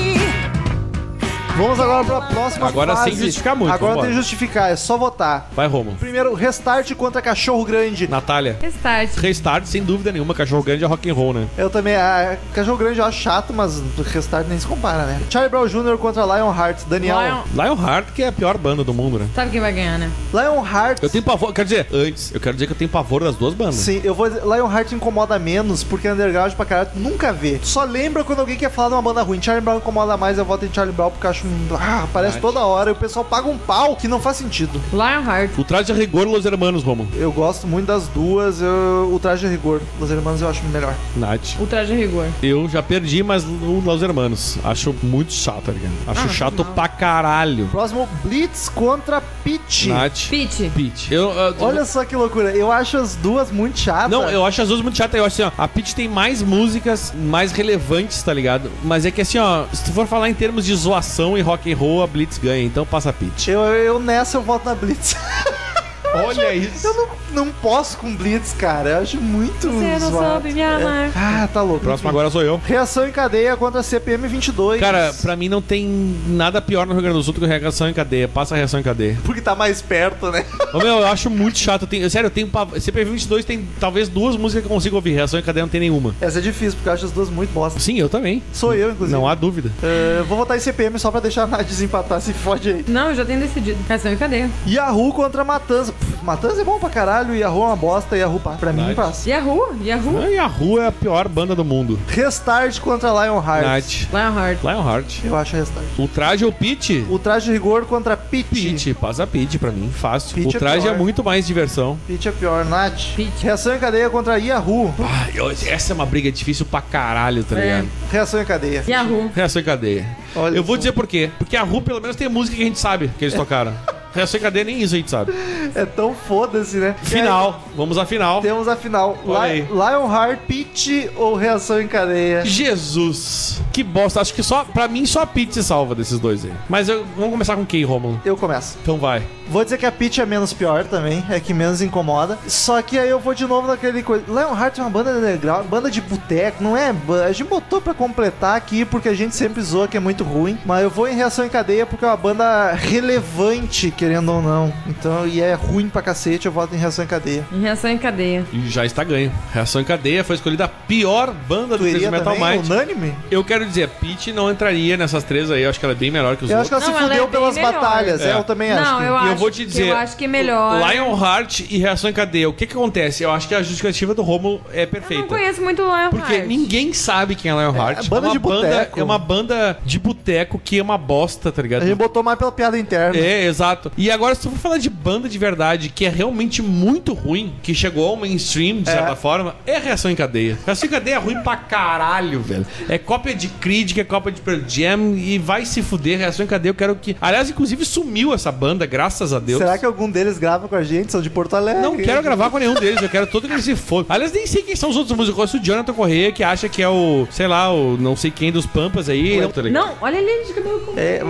Vamos agora pra próxima Agora fase. sem justificar muito, Agora vambora. tem que justificar, é só votar. Vai, Romo. Primeiro, restart contra cachorro grande. Natália. Restart. Restart, sem dúvida nenhuma, cachorro grande é rock and roll, né? Eu também, ah, cachorro grande eu acho chato, mas restart nem se compara, né? Charlie Brown Jr. contra Lionheart. Daniel. Lion- Lionheart, que é a pior banda do mundo, né? Sabe quem vai ganhar, né? Lionheart. Eu tenho pavor, quero dizer, antes, eu quero dizer que eu tenho pavor das duas bandas. Sim, eu vou dizer, Lionheart incomoda menos, porque underground pra caralho tu nunca vê. Tu Só lembra quando alguém quer falar de uma banda ruim. Charlie Brown incomoda mais, eu voto em Charlie Brown porque eu acho. um- Ah, aparece toda hora e o pessoal paga um pau que não faz sentido. Lionheart. O traje de rigor Los Hermanos, Romo. Eu gosto muito das duas, eu, o traje de rigor dos irmãos eu acho melhor. Nath. O traje a rigor. Eu já perdi, mas o Los Hermanos. Acho muito chato, tá ligado? Acho Ah, chato pra caralho. Próximo, Blitz contra Pitch. Nath. Pete. Pete. Eu, eu- Olha só que loucura, eu acho as duas muito chatas. Não, eu acho as duas muito chatas. Eu acho assim, ó. A Pete tem mais músicas mais relevantes, tá ligado? Mas é que assim, ó. Se tu for falar em termos de zoação e rock and roll, a Blitz ganha. Então passa a Pete. Eu, eu nessa eu voto na Blitz. Olha isso. Eu não, não posso com Blitz, cara. Eu acho muito. Você não zoado. soube me amar. Ah, tá louco. Próximo agora sou eu. Reação em cadeia contra CPM 22. Cara, pra mim não tem nada pior no Rio Grande do Sul do que reação em cadeia. Passa a reação em cadeia. Porque tá mais perto, né? Ô, meu, eu acho muito chato. Eu tenho- eu- sério, eu tenho. pav- CP22 tem talvez duas músicas que eu consigo ouvir. Reação em cadeia não tem nenhuma. Essa é difícil, porque eu acho as duas muito bosta. Sim, eu também. Sou eu, inclusive. Não há dúvida. É, vou votar em CPM só pra deixar a Nath desempatar, se fode aí. Não, eu já tenho decidido. Reação e cadeia. Yahoo contra Matanza. Pff, Matanza é bom pra caralho, Yahoo é uma bosta, Yahoo pá. Pra mim Nath. passa. Yahoo! Yahoo! Ah, E a rua é a pior banda do mundo. Restart contra Lionheart. Night. Lionheart. Lionheart. Eu acho restart. O traje ou Pete? O traje de rigor contra Pit. Pete. Passa a Pete pra mim. Fácil. Pete é o traje é, pior. muito mais diversão. Pit é pior, Nath. Pete. Reação em cadeia contra Yahoo. Ah, eu- essa é uma briga difícil pra caralho, tá É. ligado? Reação em cadeia. Yahoo. Reação em cadeia. Olha eu vou só. dizer por quê. Porque a rua pelo menos tem música que a gente sabe que eles tocaram. Reação em cadeia nem isso a gente sabe. É tão foda-se, né? Final. Vamos à final. E aí, Temos a final. Olha aí. Li Lionheart, Pit ou reação em cadeia? Jesus, que bosta. Acho que só, pra mim, só a Pete se salva desses dois aí. Mas eu, vamos começar com quem, Romulo? Eu começo. Então vai. Vou dizer que a Pit é menos pior também, é que menos incomoda. Só que aí eu vou de novo naquele coisa. Lionheart é uma banda legal, banda de boteco, não é? ba- A gente botou pra completar aqui porque a gente sempre zoa que é muito ruim. Mas eu vou em reação em cadeia porque é uma banda relevante, querendo ou não. Então, e é ruim pra cacete, eu voto em reação em cadeia. Em reação em cadeia. E já está ganho. Reação em cadeia foi escolhida a pior banda do Tu Crazy iria Metal também? Mind. Unânime? Eu quero dizer, a Pete não entraria nessas três aí. Eu acho que ela é bem melhor que os Eu acho outros. que ela Não, se ela é fudeu bem pelas melhor. batalhas. É, É. eu também acho. Não, que- eu E acho. eu vou te dizer, que eu acho que é melhor. Lionheart e Reação em Cadeia. O que que acontece? Eu acho que a justificativa do Romulo é Eu não perfeita. conheço muito Lionheart. Porque ninguém sabe quem é Lionheart. É, banda uma de banda, boteco. é uma banda de boteco que é uma bosta, tá ligado? A gente botou mais pela piada interna. É, exato. E agora, se tu for falar de banda de verdade, que é realmente muito ruim, que chegou ao mainstream, de certa forma, é Reação em Cadeia. Reação em Cadeia é ruim pra caralho, velho. É cópia de Creed, que é cópia de Pearl Jam, e vai se fuder. Reação em Cadeia, eu quero que... Aliás, inclusive, sumiu essa banda, graças a Deus. Será que algum deles grava com a gente? São de Porto Alegre. Não quero gravar com nenhum deles, eu quero todo que eles se fodam. Aliás, nem sei quem são os outros músicos. Eu conheço o Jonathan Correia, que acha que é o, sei lá, o não sei quem dos Pampas aí. Não, tá ligado? Não, olha ele de cabelo comprido. É,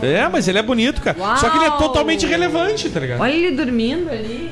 É, mas ele é bonito, cara. Uau! Só que ele é totalmente irrelevante, tá ligado? Olha ele dormindo ali.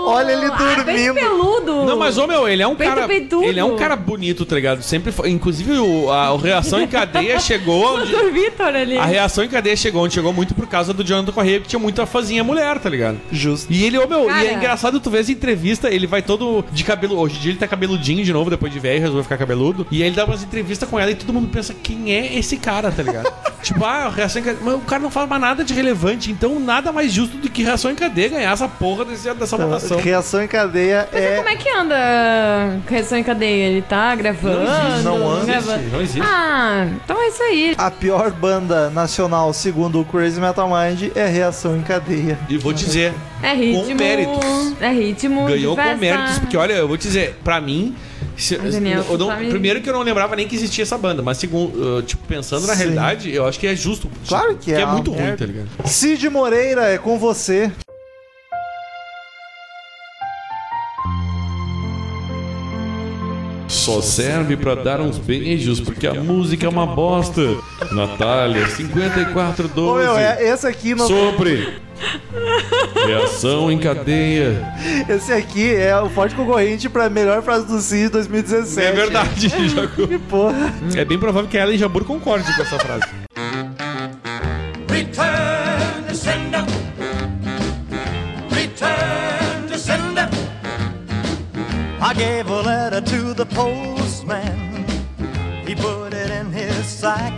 Olha ele Ah, peito dormindo. peludo. Não, mas, ô meu, ele é um Peito cara. peitudo. Ele é um cara bonito, tá ligado? Sempre foi. Inclusive, o, a, o reação em cadeia chegou. Onde, Doutor Vitor ali. a reação em cadeia chegou onde chegou muito por causa do Jonathan Correia, que tinha muita fãzinha mulher, tá ligado? Justo. E ele, ô meu, e Cara. é engraçado, tu vê essa entrevista, ele vai todo de cabelo. Hoje em dia ele tá cabeludinho de novo, depois de velho, resolveu ficar cabeludo. E aí ele dá umas entrevistas com ela e todo mundo pensa, quem é esse cara, tá ligado? tipo, ah, reação em cadeia. Mas o cara não fala mais nada de relevante, então nada mais justo do que reação em cadeia ganhar essa porra desse, dessa Tá, votação. Reação em cadeia Mas é. como é que anda a reação em cadeia? Ele tá gravando? não anda. gravando? Não existe. Ah, então é isso aí. A pior banda nacional, segundo o Crazy Metal Mind, é Reação em Cadeia. E vou dizer, É ritmo. méritos. É ritmo. de ganhou com festa. méritos, porque olha, eu vou dizer, pra mim. se- Daniel, eu tu não- tá me- Primeiro que eu não lembrava nem que existia essa banda, mas segundo, uh, tipo, pensando na Sim. realidade, eu acho que é justo. Claro que é, Porque é uma muito ruim, merda. tá ligado? Cid Moreira, é com você. Só serve pra dar uns beijos, porque a música é uma bosta. Natália, 5412. Ô, meu, é, esse aqui não. Sobre. Reação em cadeia. Esse aqui é o forte concorrente pra melhor frase do Cid 2017. É verdade, Jaco. Que porra. É bem provável que ela e Jabur concorde com essa frase. Return to sender. Return to sender. I gave a letter to the postman. He put it in his sack.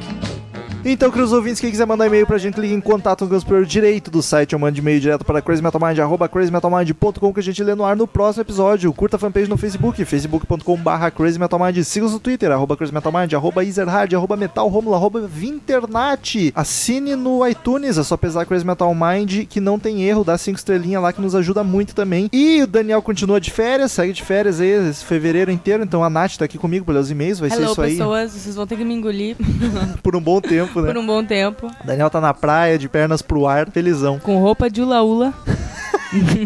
Então, queridos ouvintes, quem quiser mandar e-mail pra gente, liga em contato com o superior direito do site ou mande e-mail direto para crazymetalmind, arroba crazymetalmind.com que a gente lê no ar no próximo episódio. Curta a fanpage no Facebook, facebook.com barra crazymetalmind. Siga-nos no Twitter, arroba crazymetalmind, arroba ezerhard, arroba metalromulo, arroba vinternat. Assine no iTunes, é só pesar Crazy Metal Mind, que não tem erro, dá cinco estrelinhas lá que nos ajuda muito também. E o Daniel continua de férias, segue de férias aí esse fevereiro inteiro, então a Nath tá aqui comigo pelos e-mails, vai ser Hello, isso aí pessoas. Vocês vão ter que me engolir por um bom tempo, né? por um bom tempo. Daniel tá na praia, de pernas pro ar, felizão, Com roupa de ula-ula.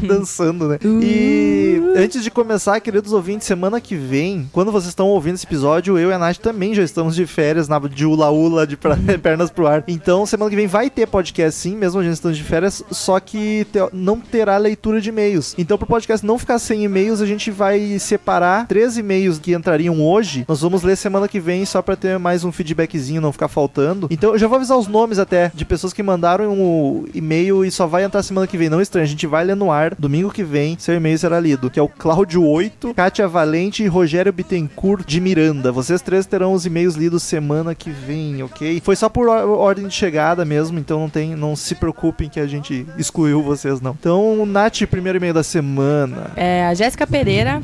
dançando, né? E antes de começar, queridos ouvintes, semana que vem, quando vocês estão ouvindo esse episódio, eu e a Nath também já estamos de férias na de ula-ula, de pra- pernas pro ar. Então, semana que vem vai ter podcast sim, mesmo a gente estando de férias, só que te- não terá leitura de e-mails. Então, pro podcast não ficar sem e-mails, a gente vai separar três e-mails que entrariam hoje. Nós vamos ler semana que vem só pra ter mais um feedbackzinho, não ficar faltando. Então, eu já vou avisar os nomes até de pessoas que mandaram um e-mail e só vai entrar semana que vem. Não estranho, a gente vai ler no ar. Domingo que vem, seu e-mail será lido. Que é o Cláudio 8, Kátia Valente e Rogério Bittencourt de Miranda. Vocês três terão os e-mails lidos semana que vem, ok? Foi só por or- ordem de chegada mesmo, então não tem, não se preocupem que a gente excluiu vocês, não. Então, Nath, primeiro e-mail da semana. É, a Jéssica Pereira.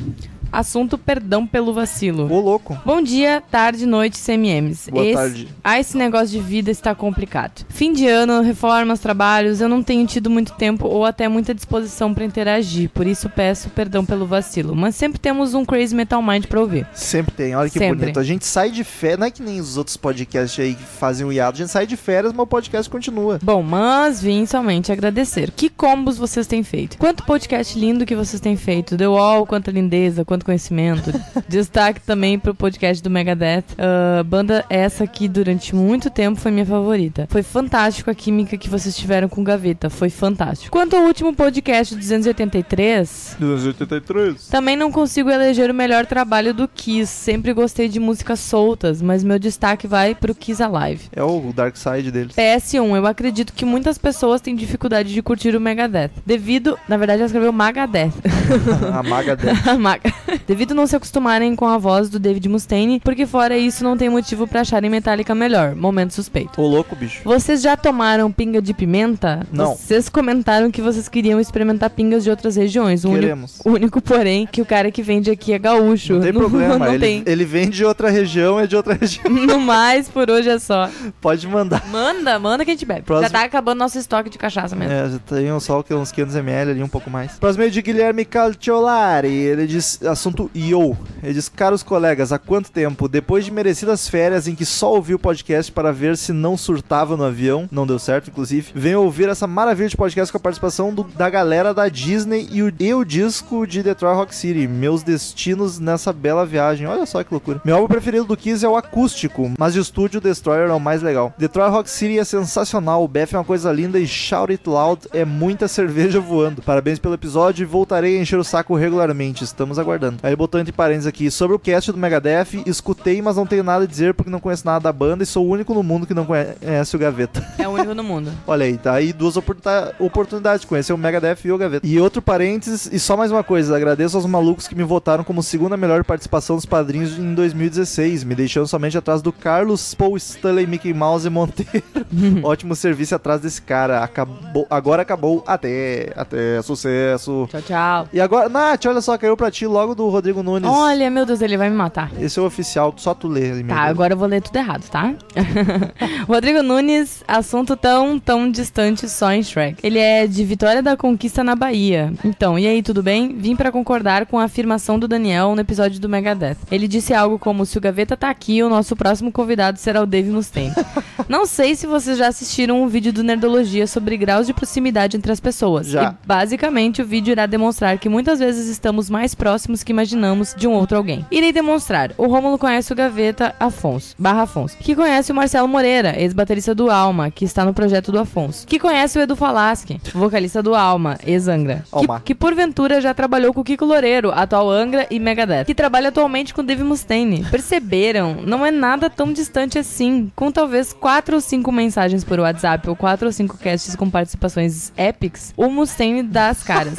Assunto perdão pelo vacilo. Ô, louco. Bom dia, tarde, noite, CMMs. Boa Esse- tarde. Ah, esse negócio de vida está complicado. Fim de ano, reformas, trabalhos, eu não tenho tido muito tempo ou até muita disposição para interagir, por isso peço perdão pelo vacilo. Mas sempre temos um Crazy Metal Mind pra ouvir. Sempre tem, olha que Sempre. bonito. A gente sai de férias, não é que nem os outros podcasts aí que fazem o hiato, a gente sai de férias, mas o podcast continua. Bom, mas vim somente agradecer. Que combos vocês têm feito? Quanto podcast lindo que vocês têm feito. The Wall, quanta lindeza, quanto conhecimento. Destaque também pro podcast do Megadeth. Ah, banda essa que durante muito tempo foi minha favorita. Foi fantástico a química que vocês tiveram com o Gaveta. Foi fantástico. Quanto ao último podcast 283, 283. também não consigo eleger o melhor trabalho do Kiss. Sempre gostei de músicas soltas, mas meu destaque vai pro Kiss Alive. É o Dark Side deles. É PS1, eu acredito que muitas pessoas têm dificuldade de curtir o Megadeth. Devido, na verdade, ela escreveu Magadeth. A maga dela. A Maga. Devido não se acostumarem com a voz do David Mustaine, porque fora isso não tem motivo pra acharem Metallica melhor. Momento suspeito. Ô louco, bicho. Vocês já tomaram pinga de pimenta? Não. Vocês comentaram que vocês queriam experimentar pingas de outras regiões. O único- Queremos. O único, porém, que o cara que vende aqui é gaúcho. Não tem problema, não ele, tem. ele vem de outra região, é de outra região. No mais, por hoje é só. Pode mandar. Manda, manda que a gente bebe. Próximo. Já tá acabando nosso estoque de cachaça mesmo. É, já tem um só o quê? uns 500ml ali, um pouco mais. Próximo é de Guilherme Calciolari. Ele diz, assunto IO. Ele diz, caros colegas, há quanto tempo, depois de merecidas férias em que só ouvi o podcast para ver se não surtava no avião, não deu certo, inclusive, venho ouvir essa maravilha de podcast com a participação do- da galera da Disney e o, e o disco de Detroit Rock City, meus destinos nessa bela viagem. Olha só que loucura. Meu álbum preferido do Kiss é o acústico, mas de estúdio o Destroyer é o mais legal. Detroit Rock City é sensacional, o Beth é uma coisa linda e Shout It Loud é muita cerveja voando. Parabéns pelo episódio e voltarei a encher o saco regularmente, estamos aguardando. Aí ele botou entre parênteses aqui, sobre o cast do Megadeth, escutei, mas não tenho nada a dizer porque não conheço nada da banda e sou o único no mundo que não conhece o Gaveta. É o único no mundo. Olha aí, tá aí duas oportuna- oportunidades de conhecer o Megadeth e o Gaveta. E outro parênteses, e só mais uma coisa, agradeço aos malucos que me votaram como segunda melhor participação dos padrinhos em 2016, me deixando somente atrás do Carlos Paul Stanley, Mickey Mouse e Monteiro. Ótimo serviço atrás desse cara. Acabou, agora acabou. Até, até, sucesso. Tchau, tchau. E agora, Nath, olha só, caiu pra ti logo do Rodrigo Nunes. Olha, meu Deus, ele vai me matar. Esse é o oficial, só tu lê ele mesmo. Tá, agora eu vou ler tudo errado, tá? Rodrigo Nunes, assunto tão, tão distante só em Shrek. Ele é de Vitória da Conquista na Bahia. Então, e aí, tudo bem? Vim pra concordar com a afirmação do Daniel no episódio do Megadeth. Ele disse algo como: se o Gaveta tá aqui, o nosso próximo convidado será o Dave Mustaine. Não sei se vocês já assistiram um vídeo do Nerdologia sobre graus de proximidade entre as pessoas. Já. E, basicamente, o vídeo irá demonstrar que muitas vezes estamos mais próximos que imaginamos de um outro alguém. Irei demonstrar. O Rômulo conhece o Gaveta Afonso, barra Afonso, que conhece o Marcelo Moreira, ex-baterista do Alma, que está no projeto do Afonso, que conhece o Edu Falaschi, vocalista do Alma, ex-Angra, que- Alma. que porventura já trabalhou com o Kiko Loureiro, atual Angra e Megadeth, que trabalha atualmente com Dave Mustaine. Perceberam? Não é nada tão distante assim, com talvez quatro ou cinco mensagens por WhatsApp ou quatro ou cinco casts com participações épics, o Mustaine dá as caras.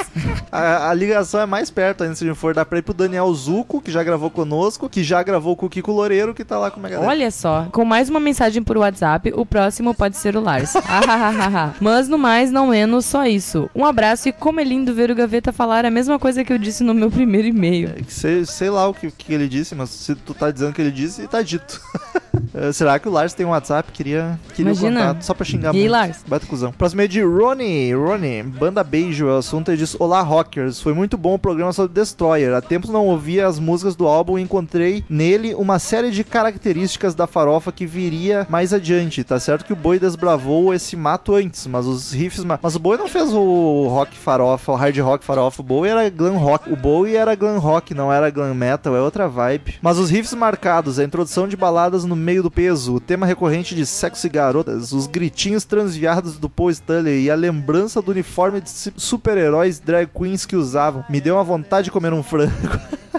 A, a ligação é mais perto ainda, se a gente for dar pra ir pro Daniel Zuco, que já gravou conosco, que já gravou com o Kiko Loureiro, que tá lá com o Megadeth. Olha só, com mais uma mensagem por WhatsApp, o próximo pode ser o Lars. Ahahaha. Mas no mais, não menos, só isso. Um abraço e como é lindo ver o Gaveta falar a mesma coisa que eu disse no meu primeiro e-mail. Que Sei, sei lá o que, que ele disse, mas se tu tá dizendo o que ele disse, tá dito. Eh, Será que o Lars tem um WhatsApp? Queria, queria o Imagina. contato, só pra xingar E aí, muito. Lars? Bata o cuzão. Próximo é de Rony. Rony, banda beijo. O assunto é diz: Olá, rockers. Foi muito bom o programa sobre Destroyer. Há tempos não ouvia as músicas do álbum e encontrei nele uma série de características da farofa que viria mais adiante. Tá certo que o Boi desbravou esse mato antes, mas os riffs. ma- Mas o Boi não fez o rock farofa, o hard rock farofa. O Bowie era glam rock. O Bowie era glam rock, não era glam metal, é outra vibe. Mas os riffs marcados, a introdução de baladas no meio do peso, o tema recorrente de sexo e garotas, os gritinhos transviados do Paul Stanley e a lembrança do uniforme de si- super-heróis drag queens que usavam, me deu uma vontade de comer um frango.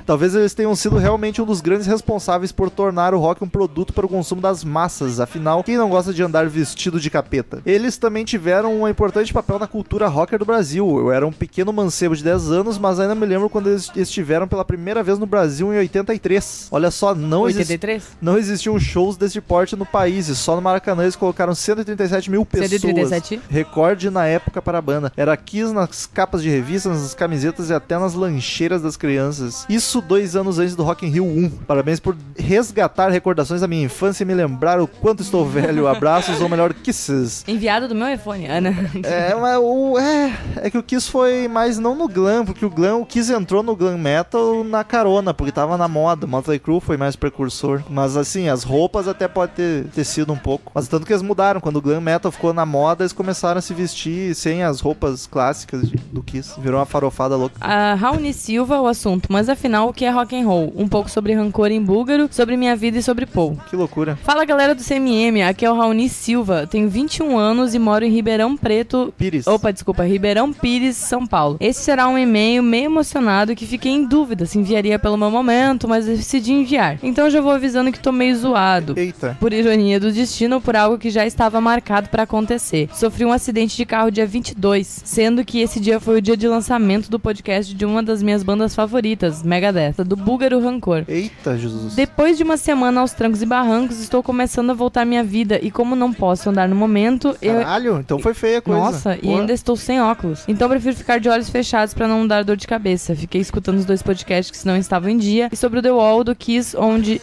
Talvez eles tenham sido realmente um dos grandes responsáveis por tornar o rock um produto para o consumo das massas, afinal, quem não gosta de andar vestido de capeta? Eles também tiveram um importante papel na cultura rocker do Brasil. Eu era um pequeno mancebo de 10 anos, mas ainda me lembro quando eles estiveram pela primeira vez no Brasil em 83. Olha só, não existe. 83? Não existiam shows desse porte no país e só no Maracanã eles colocaram 137 mil pessoas. 137? Recorde na época para a banda. Era Kiss nas capas de revistas, nas camisetas e até nas lancheiras das crianças. Isso dois anos antes do Rock in Rio 1. Parabéns por resgatar recordações da minha infância e me lembrar o quanto estou velho. Abraços, ou melhor, kisses. Enviado do meu iPhone, Ana. É, mas o, é, é que o Kiss foi mais não no glam, porque o glam, o Kiss entrou no glam metal na carona, porque tava na moda. Motley Crue foi mais precursor. Mas assim, as roupas até pode ter, ter sido um pouco. Mas tanto que eles mudaram, quando o glam metal ficou na moda, eles começaram a se vestir sem as roupas clássicas de- do Kiss. Virou uma farofada louca. A Raoni Silva, o assunto, mas afinal, o que é rock and roll? Um pouco sobre rancor em búlgaro, sobre minha vida e sobre Paul. Que loucura. Fala galera do CMM, aqui é o Raoni Silva, tenho 21 anos e moro em Ribeirão Preto. Pires. Opa, desculpa, Ribeirão Pires, São Paulo. Esse será um e-mail meio emocionado que fiquei em dúvida se enviaria pelo meu momento, mas decidi enviar. Então já vou avisando que tô meio zoado. Eita. Por ironia do destino, por algo que já estava marcado pra acontecer. Sofri um acidente de carro dia 22, sendo que esse dia foi o dia de lançamento do podcast de uma das minhas bandas favoritas, Megadeth. Megadeth, do Búlgaro Rancor. Eita, Jesus. Depois de uma semana aos trancos e barrancos, estou começando a voltar minha vida e como não posso andar no momento, eu Caralho, então foi feia a coisa. Nossa, e Pô. ainda estou sem óculos. Então prefiro ficar de olhos fechados pra não dar dor de cabeça. Fiquei escutando os dois podcasts que não estavam em dia e sobre o The Wall do Kiss, onde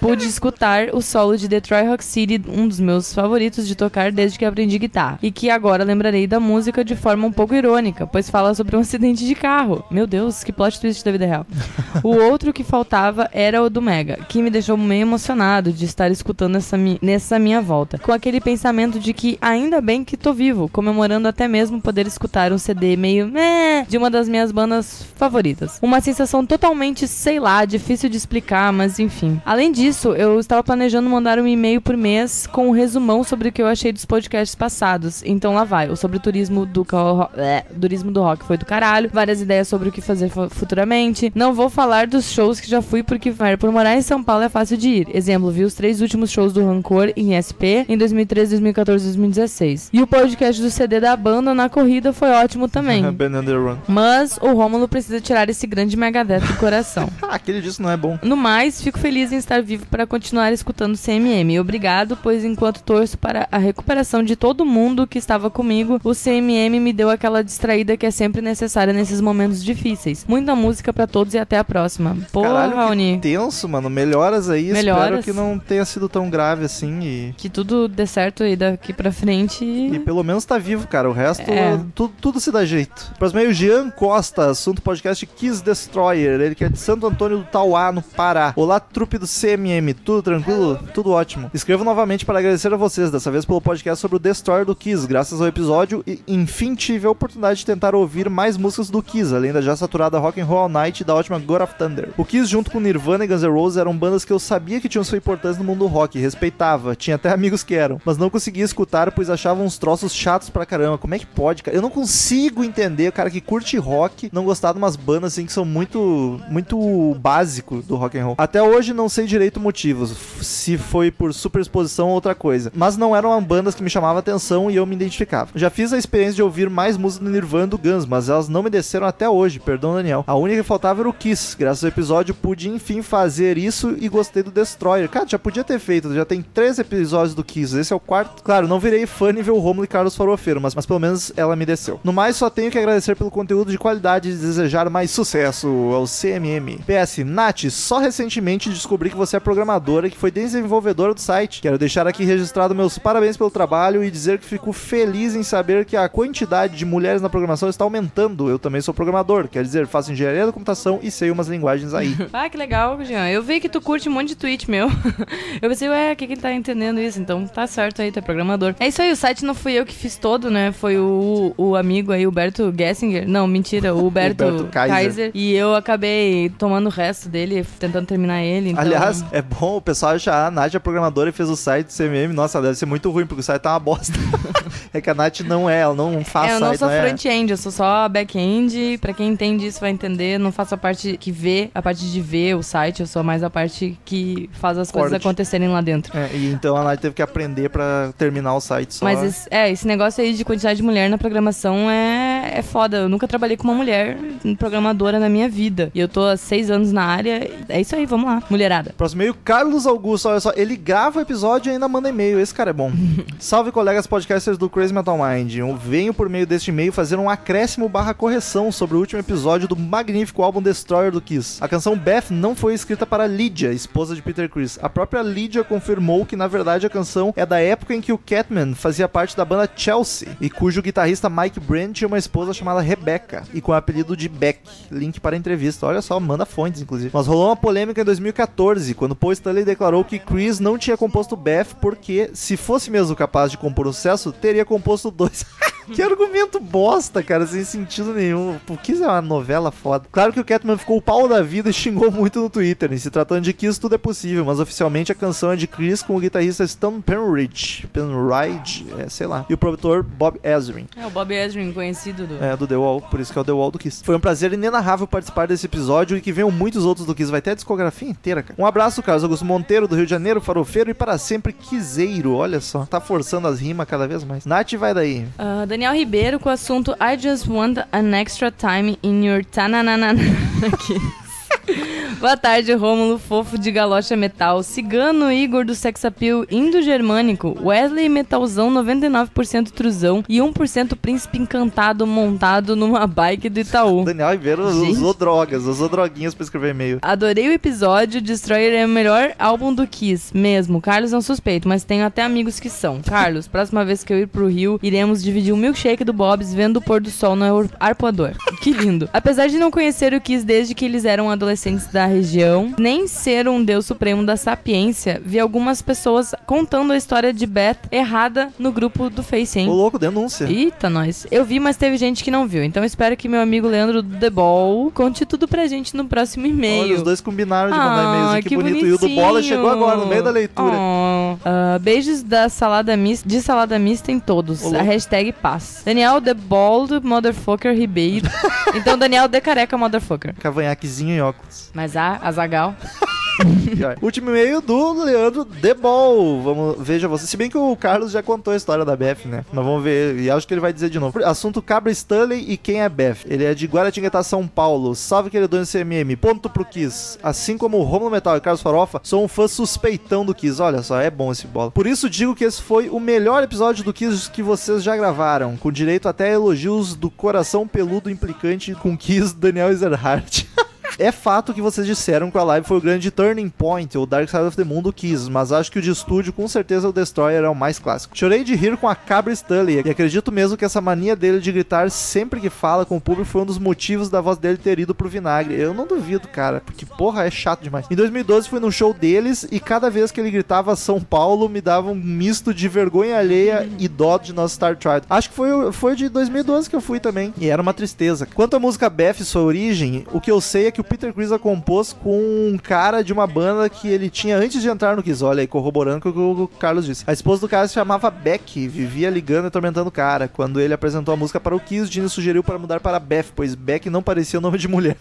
pude escutar o solo de Detroit Rock City, um dos meus favoritos de tocar desde que aprendi guitarra. E que agora lembrarei da música de forma um pouco irônica, pois fala sobre um acidente de carro. Meu Deus, que plot twist da vida real. O outro que faltava era o do Mega, que me deixou meio emocionado de estar escutando essa mi- nessa minha volta, com aquele pensamento de que ainda bem que tô vivo, comemorando até mesmo poder escutar um CD meio meh de uma das minhas bandas favoritas. Uma sensação totalmente, sei lá, difícil de explicar, mas enfim. Além disso, eu estava planejando mandar um e-mail por mês com um resumão sobre o que eu achei dos podcasts passados. Então lá vai, o sobre o turismo do ca- é, turismo do rock foi do caralho, várias ideias sobre o que fazer fu- futuramente. Não vou falar dos shows que já fui porque vai, por morar em São Paulo é fácil de ir. Exemplo, vi os três últimos shows do Rancor em SP em 2013, 2014 e 2016. E o podcast do CD da banda na corrida foi ótimo também. Ben and the Run. Mas o Rômulo precisa tirar esse grande megadeth do coração. Ah, aquele disso não é bom. No mais, fico feliz em estar vivo para continuar escutando o CMM. Obrigado, pois enquanto torço para a recuperação de todo mundo que estava comigo, o CMM me deu aquela distraída que é sempre necessária nesses momentos difíceis. Muita música para todos e até a próxima. Pô, Caralho, Raoni, que tenso, mano. Melhoras aí. Espero Melhoras. que não tenha sido tão grave assim e... que tudo dê certo aí daqui pra frente. E pelo menos tá vivo, cara. O resto, É. tudo, tudo se dá jeito. Próximo meio, Jean Costa, assunto podcast Kiss Destroyer. Ele que é de Santo Antônio do Tauá, no Pará. Olá, trupe do CMM. Tudo tranquilo? Tudo ótimo. Escrevo novamente para agradecer a vocês, dessa vez pelo podcast sobre o Destroyer do Kiss. Graças ao episódio, e, enfim tive a oportunidade de tentar ouvir mais músicas do Kiss, além da já saturada Rock and Roll All Night e da ótima God of Thunder. O Kiss junto com Nirvana e Guns N' Roses eram bandas que eu sabia que tinham sua importância no mundo rock, respeitava, tinha até amigos que eram, mas não conseguia escutar pois achavam uns troços chatos pra caramba. Como é que pode, cara? Eu não consigo entender o cara que curte rock não gostar de umas bandas assim que são muito muito básico do rock and roll. Até hoje não sei direito motivos, f- se foi por superexposição ou outra coisa, mas não eram bandas que me chamavam a atenção e eu me identificava. Já fiz a experiência de ouvir mais músicas do Nirvana e do Guns, mas elas não me desceram até hoje, perdão Daniel. A única que faltava era o Kiss. Graças ao episódio pude enfim fazer isso e gostei do Destroyer. Cara, já podia ter feito, já tem três episódios do Kiss, esse é o quarto. Claro, não virei fã nível Romulo e Carlos Farofeiro, mas, mas pelo menos ela me desceu. No mais, só tenho que agradecer pelo conteúdo de qualidade e desejar mais sucesso ao CMM. PS, Nath, só recentemente descobri que você é programadora e que foi desenvolvedora do site. Quero deixar aqui registrado meus parabéns pelo trabalho e dizer que fico feliz em saber que a quantidade de mulheres na programação está aumentando. Eu também sou programador, quer dizer, faço engenharia da computação e sei umas linguagens aí. Ah, que legal, Jean. Eu vi que tu curte um monte de tweet meu. Eu pensei, ué, o que que ele tá entendendo isso? Então tá certo aí, tu é programador. É isso aí, o site não fui eu que fiz todo, né? Foi o, o amigo aí, o Huberto Gessinger. Não, mentira, o Huberto, Huberto Kaiser. Kaiser. E eu acabei tomando o resto dele, tentando terminar ele. então- Aliás, é bom o pessoal achar a Nath é programadora e fez o site do CMM. Nossa, deve ser muito ruim, porque o site tá uma bosta. é que a Nath não é, ela não faz É, eu não site, sou é- front-end, eu sou só back-end. Pra quem entende isso vai entender. Não faço a parte que vê, a parte de ver o site. Eu sou mais a parte que faz as coisas Corte. acontecerem lá dentro. É, e então a Nath teve que aprender pra terminar o site só. Mas esse, é, esse negócio aí de quantidade de mulher na programação é, é foda. Eu nunca trabalhei com uma mulher programadora na minha vida. E eu tô há seis anos na área. É isso aí, vamos lá. Mulherada. Próximo meio, Carlos Augusto, olha só, ele grava o episódio e ainda manda e-mail, esse cara é bom. Salve colegas podcasters do Crazy Metal Mind, eu venho por meio deste e-mail fazer um acréscimo barra correção sobre o último episódio do magnífico álbum Destroyer do Kiss. A canção Beth não foi escrita para Lydia, esposa de Peter Chris. A própria Lydia confirmou que na verdade a canção é da época em que o Catman fazia parte da banda Chelsea e cujo guitarrista Mike Brand tinha uma esposa chamada Rebecca e com o apelido de Beck. Link para a entrevista, olha só, manda fontes inclusive. Mas rolou uma polêmica em 2014 quando Paul Stanley declarou que Chris não tinha composto Beth porque se fosse mesmo capaz de compor um sucesso, teria composto dois. Que argumento bosta, cara, sem sentido nenhum. Por que isso é uma novela foda? Claro que o Catman ficou o pau da vida e xingou muito no Twitter. E se tratando de Kiss, tudo é possível, mas oficialmente a canção é de Chris com o guitarrista Stan Penridge. Penridge, é, sei lá. E o produtor Bob Ezrin. É o Bob Ezrin, conhecido do. É, do The Wall, por isso que é o The Wall do Kiss. Foi um prazer inenarrável participar desse episódio e que venham muitos outros do Kiss. Vai ter a discografia inteira, cara. Um abraço, Carlos Augusto Monteiro, do Rio de Janeiro, farofeiro e para sempre quiseiro. Olha só, tá forçando as rimas cada vez mais. Nath, vai daí. Ah, Daniel Ribeiro com o assunto I just want an extra time in your tananana. Aqui. Boa tarde, Rômulo, fofo de galocha metal, cigano Igor do Sex Appeal indo-germânico, Wesley metalzão 99% truzão e 1% príncipe encantado montado numa bike do Itaú. Daniel Ribeiro Gente. usou drogas, usou droguinhas pra escrever e-mail. Adorei o episódio. Destroyer é o melhor álbum do Kiss, mesmo. Carlos não suspeito, mas tenho até amigos que são. Carlos, próxima vez que eu ir pro Rio, iremos dividir um milkshake do Bob's vendo o pôr do sol no aer- arpoador. Que lindo. Apesar de não conhecer o Kiss desde que eles eram adolescentes da região, nem ser um deus supremo da sapiência, vi algumas pessoas contando a história de Beth errada no grupo do Face, hein? Ô louco, denúncia. Eita, nós. Eu vi, mas teve gente que não viu. Então espero que meu amigo Leandro do The Ball conte tudo pra gente no próximo e-mail. Olha, os dois combinaram de mandar Ah, e-mails. e Que, que bonito. E o do Bola chegou bonitinho. agora, no meio da leitura. Oh. Ah, beijos da salada mista, de salada mista em todos. Ô, a hashtag paz. Daniel The Bald Motherfucker Ribeiro. então, Daniel The Careca Motherfucker. Cavanhaquezinho e óculos. Mas a Azagal. Pior. Último e-mail do Leandro Debol. Vamos, veja você. Se bem que o Carlos já contou a história da Beth, né? Mas vamos ver. E acho que ele vai dizer de novo. Assunto Cabra Stanley e quem é Beth. Ele é de Guaratinguetá, São Paulo. Salve, queridões CMM. Ponto pro Kiss. Assim como o Romulo Metal e Carlos Farofa, sou um fã suspeitão do Kiss. Olha só, é bom esse bola. Por isso digo que esse foi o melhor episódio do Kiss que vocês já gravaram. Com direito até a elogios do coração peludo implicante com Kiss Daniel Ezerhardt. É fato que vocês disseram que a live foi o grande turning point, ou Dark Side of the Moon do Kiss, mas acho que o de estúdio com certeza o Destroyer é o mais clássico. Chorei de rir com a Cabra Stanley, e acredito mesmo que essa mania dele de gritar sempre que fala com o público foi um dos motivos da voz dele ter ido pro vinagre. Eu não duvido, cara, porque porra, é chato demais. Em 2012 fui num show deles e cada vez que ele gritava São Paulo me dava um misto de vergonha alheia e dó de nosso Star Trek. Acho que foi, o- foi de 2012 que eu fui também, e era uma tristeza. Quanto à música Beth e sua origem, o que eu sei é que o Peter Chris a compôs com um cara de uma banda que ele tinha antes de entrar no Kiss. Olha aí, corroborando o que o Carlos disse. A esposa do cara se chamava Beck, vivia ligando e atormentando o cara. Quando ele apresentou a música para o Kiss, Gene sugeriu para mudar para Beth, pois Beck não parecia o nome de mulher.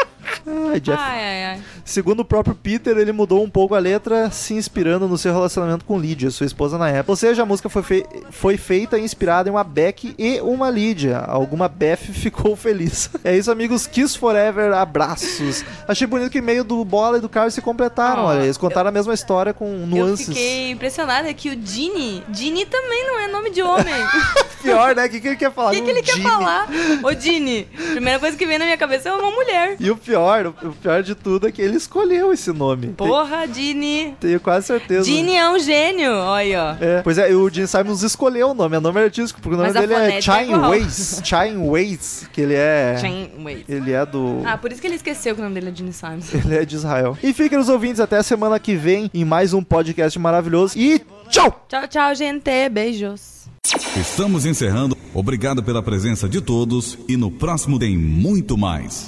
Ai, Jeff Ai, ai, ai. Segundo o próprio Peter, ele mudou um pouco a letra, se inspirando no seu relacionamento com Lydia, sua esposa na época. Ou seja, a música foi, fei- foi feita e inspirada em uma Beck e uma Lydia. Alguma Beth ficou feliz. É isso, amigos. Kiss Forever, abraços. Achei bonito que meio do Bola e do Carlos se completaram. olha, eles contaram a mesma história com nuances. Ah, Eu fiquei impressionada que o Gini, Gini também não é nome de homem. Pior, né? O que, que ele quer falar? O que, que ele quer falar? Ô Gini, primeira coisa que vem na minha cabeça é uma mulher. E o pior, o pior de tudo é que ele escolheu esse nome. Porra, Gini. Tenho, tenho quase certeza. Gini é um gênio. Olha aí, ó. É, pois é, o Gene Simons escolheu o nome, é nome artístico, porque o nome Mas a dele é fonética é Chain igual. Waits. Chain Waits, que ele é. Chain Waits. Ele é do. Ah, por isso que ele esqueceu que o nome dele é Gini Simons. Ele é de Israel. E fiquem os ouvintes até a semana que vem em mais um podcast maravilhoso. E tchau! Tchau, tchau, gente. Beijos. Estamos encerrando. Obrigado pela presença de todos e no próximo tem muito mais.